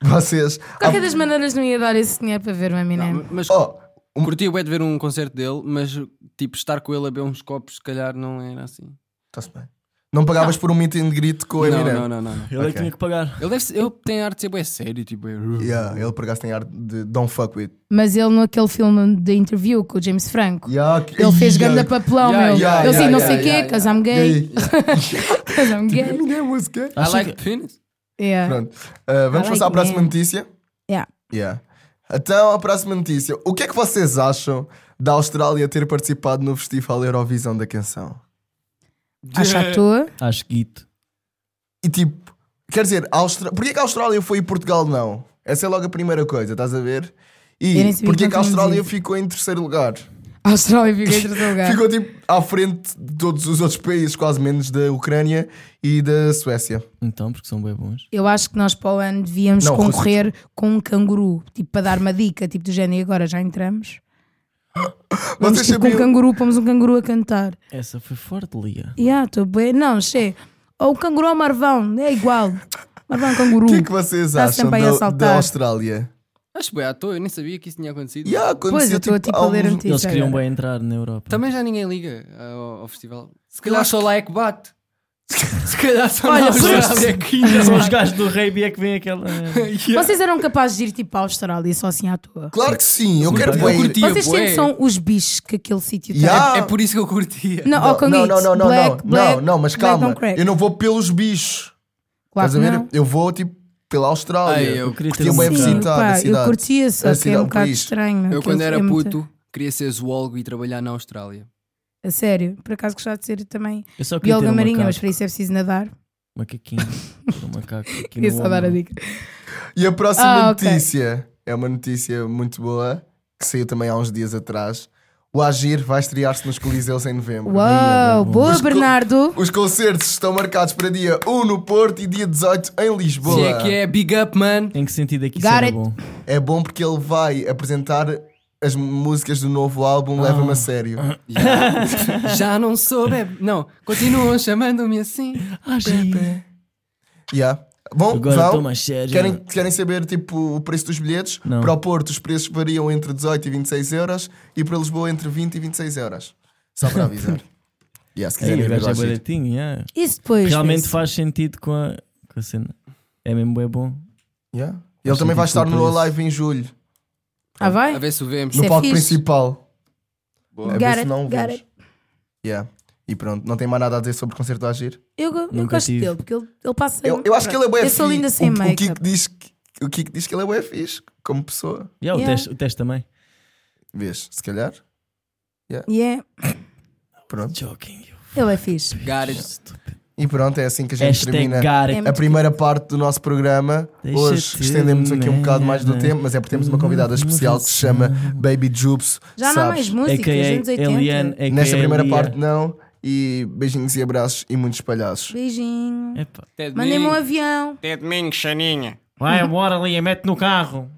S2: Ah, Vocês. ah,
S4: Qualquer das maneiras não ia dar esse dinheiro para ver o Eminem.
S3: Não, Mas
S2: Oh,
S3: curti o de ver um concerto dele, mas tipo estar com ele a beber uns copos, se calhar não era assim.
S2: está-se bem. Não pagavas por um meet and greet com o
S3: Não,
S2: Eminem?
S3: não, não, não. não.
S1: Ele é que
S2: Ok.
S1: tinha que pagar.
S3: Ele, deve ser- ele tem arte de ser bem sério, tipo. É...
S2: Yeah, ele por acaso tem ar de Don't Fuck With.
S4: Mas ele naquele filme de interview com o James Franco.
S2: Yeah, que-
S4: Ele fez
S2: Yeah.
S4: grande papelão,
S3: Yeah,
S4: meu.
S2: yeah,
S4: ele assim,
S2: yeah,
S4: não
S2: yeah,
S4: sei o quê,
S3: yeah,
S4: cause I'm gay.
S2: Gay.
S4: Cause I'm gay.
S2: Eminem was gay.
S4: Ah.
S3: I
S1: Acho
S3: like
S1: que-
S3: penis.
S4: Yeah.
S2: é Pronto. Uh, vamos
S4: I
S2: passar à
S4: like
S2: próxima
S4: men.
S2: notícia?
S4: tá Yeah.
S2: Yeah. Então, a próxima notícia. O que é que vocês acham da Austrália ter participado no Festival Eurovisão da Canção?
S4: Acho à toa.
S1: Acho guito.
S2: E tipo, quer dizer, a Austra... porquê que a Austrália foi e Portugal não? Essa é logo a primeira coisa, estás a ver?
S4: Eu
S2: E
S4: nem sabia
S2: porquê
S4: que
S2: que a
S4: não tínhamos
S2: Austrália
S4: isso.
S2: ficou em terceiro lugar?
S4: A Austrália ficou em terceiro lugar.
S2: Ficou tipo à frente de todos os outros países, quase menos da Ucrânia e da Suécia.
S1: Então, porque são bem bons.
S4: Eu acho que nós para o ano devíamos
S2: Não,
S4: concorrer com um canguru, tipo para dar uma dica, tipo do género, e agora já entramos. Vamos
S2: Vocês
S4: tipo, com um
S2: sabiam-
S4: canguru, pomos um canguru a cantar.
S1: Essa foi forte, Lia.
S4: Yeah, estou bem. Não, che. Ou o canguru ou o marvão, é igual. Marvão, canguru.
S2: O que é que vocês
S4: Está
S2: acham
S4: Hum. sempre aí a
S2: da,
S4: saltar.
S2: da Austrália?
S3: Acho bem à toa, eu nem sabia que isso tinha acontecido.
S2: E ah, há
S4: Pois, eu
S2: acontecido,
S4: estou tipo, a
S2: há
S4: ler
S2: uns-
S4: notícias.
S1: Eles queriam
S4: agora.
S1: bem entrar na Europa.
S3: Também já ninguém liga uh, ao, ao festival. Se calhar só lá é que bate. Se calhar só
S1: Olha,
S3: na Austrália é que ainda
S1: São os
S3: bate.
S1: gajos do Raby é que vem aquela.
S3: Yeah.
S4: Vocês eram capazes de ir tipo à Austrália só assim à toa?
S2: Claro que sim, eu
S1: eu
S2: quero bem. ir.
S3: curti. Tia,
S4: Vocês
S3: bué.
S4: têm são os bichos que aquele sítio tem?
S2: Yeah.
S3: É por isso que eu curtia.
S4: Não,
S2: Não,
S4: oh, Kong
S2: não,
S4: Hits,
S2: não, não, não,
S4: black,
S2: não,
S4: black,
S2: não, não, mas
S4: black
S2: calma,
S4: don't crack.
S2: eu não vou pelos bichos.
S4: Claro
S2: Estás
S4: que
S2: a ver?
S4: não.
S2: Eu vou tipo pela Austrália.
S3: Ai, eu queria
S1: ter
S2: curtia
S1: um
S2: bem
S1: bocado.
S4: Sim,
S2: visitar a
S4: pá, eu
S2: cidade.
S4: curtia só
S2: A
S4: que é
S2: cidade,
S4: um
S2: o
S4: bocado
S2: país.
S4: estranho.
S3: Eu
S4: aquilo
S3: quando era
S4: é muito-
S3: puto queria ser zoólogo e trabalhar na Austrália.
S4: A sério, por acaso gostava de ser também
S1: Eu só queria ter
S4: bióloga
S1: um
S4: marinha, mas
S1: macaco. um
S4: para isso é preciso nadar.
S1: Macaquinho. Ter um macaco aqui
S4: Queria
S1: no
S4: só dar a
S1: ombro.
S4: dica.
S2: E a próxima
S4: Ah, ok.
S2: notícia é uma notícia muito boa que saiu também há uns dias atrás. O Agir vai estrear-se nos Coliseus em novembro.
S4: Uau, boa
S2: Os co-
S4: Bernardo.
S2: Os concertos estão marcados para dia 1 no Porto e dia 18 em Lisboa.
S3: Se é que é big up, man.
S1: Em que sentido é que isso
S4: Got
S1: era
S4: it.
S1: bom?
S2: É bom porque ele vai apresentar as músicas do novo álbum
S3: Ah.
S2: Leva-me a Sério.
S3: Já não sou bebê. Não, continuam chamando-me assim.
S2: Yeah. Bom,
S1: Agora estou
S2: vão.
S1: mais sério.
S2: Querem, querem saber tipo, o preço dos bilhetes?
S1: Não.
S2: Para o Porto os preços variam entre 18 e 26 euros e para Lisboa entre 20 e 26 euros. Só para avisar. yeah, se
S1: Ei,
S2: quiserem
S1: o
S2: ver
S1: gajo
S2: o
S1: é
S2: Agir.
S1: baratinho, yeah.
S4: Isso depois.
S1: Realmente
S4: Luís.
S1: faz sentido com a, com a cena. É mesmo é bom.
S2: Yeah. Ele também vai
S1: sentido
S2: estar no
S1: por isso.
S2: Alive em julho,
S4: Ah, vai?
S3: A ver se o vemos.
S2: no
S4: é
S2: palco
S4: fixe.
S2: principal. A
S4: Got
S2: ver se
S4: it,
S2: não o
S4: got
S2: vemos.
S4: it.
S2: Yeah. E pronto, não tem mais nada a dizer sobre o concerto do Agir.
S4: Eu, eu
S1: Nunca
S4: gosto
S1: tive.
S4: dele, porque ele, ele passa.
S2: Eu, eu acho que ele é bué
S4: Eu sou
S2: fixe.
S4: linda sem
S2: o, o
S4: make-up.
S2: Kiko diz que O Kiko diz que ele é bué fixe, como pessoa.
S1: Yeah,
S4: Yeah.
S1: O, teste, o teste também.
S2: Vês, se calhar.
S4: Yeah,
S2: Pronto.
S1: Joking. you
S4: ele é fixe.
S3: Got it.
S1: stupid.
S2: E pronto, é assim que a gente
S1: Hashtag
S2: termina
S1: got it.
S4: É
S2: a primeira parte do nosso programa.
S1: Deixa
S2: Hoje
S1: de né,
S2: estendemos aqui um bocado mais do
S1: merda.
S2: tempo, mas é porque temos
S1: Uhum,
S2: uma convidada especial que se chama Baby Jupes.
S4: Já não há mais
S2: Sabes?
S4: músicas, anos
S1: AKA
S4: 80.
S1: Eliane, AKA
S2: Nesta primeira
S1: é Lia.
S2: parte, não. E beijinhos e abraços e muitos palhaços.
S4: Beijinho.
S1: Epá.
S4: um
S3: Até domingo.
S4: Mandem-me um avião.
S1: Vai embora, Lia, mete no carro.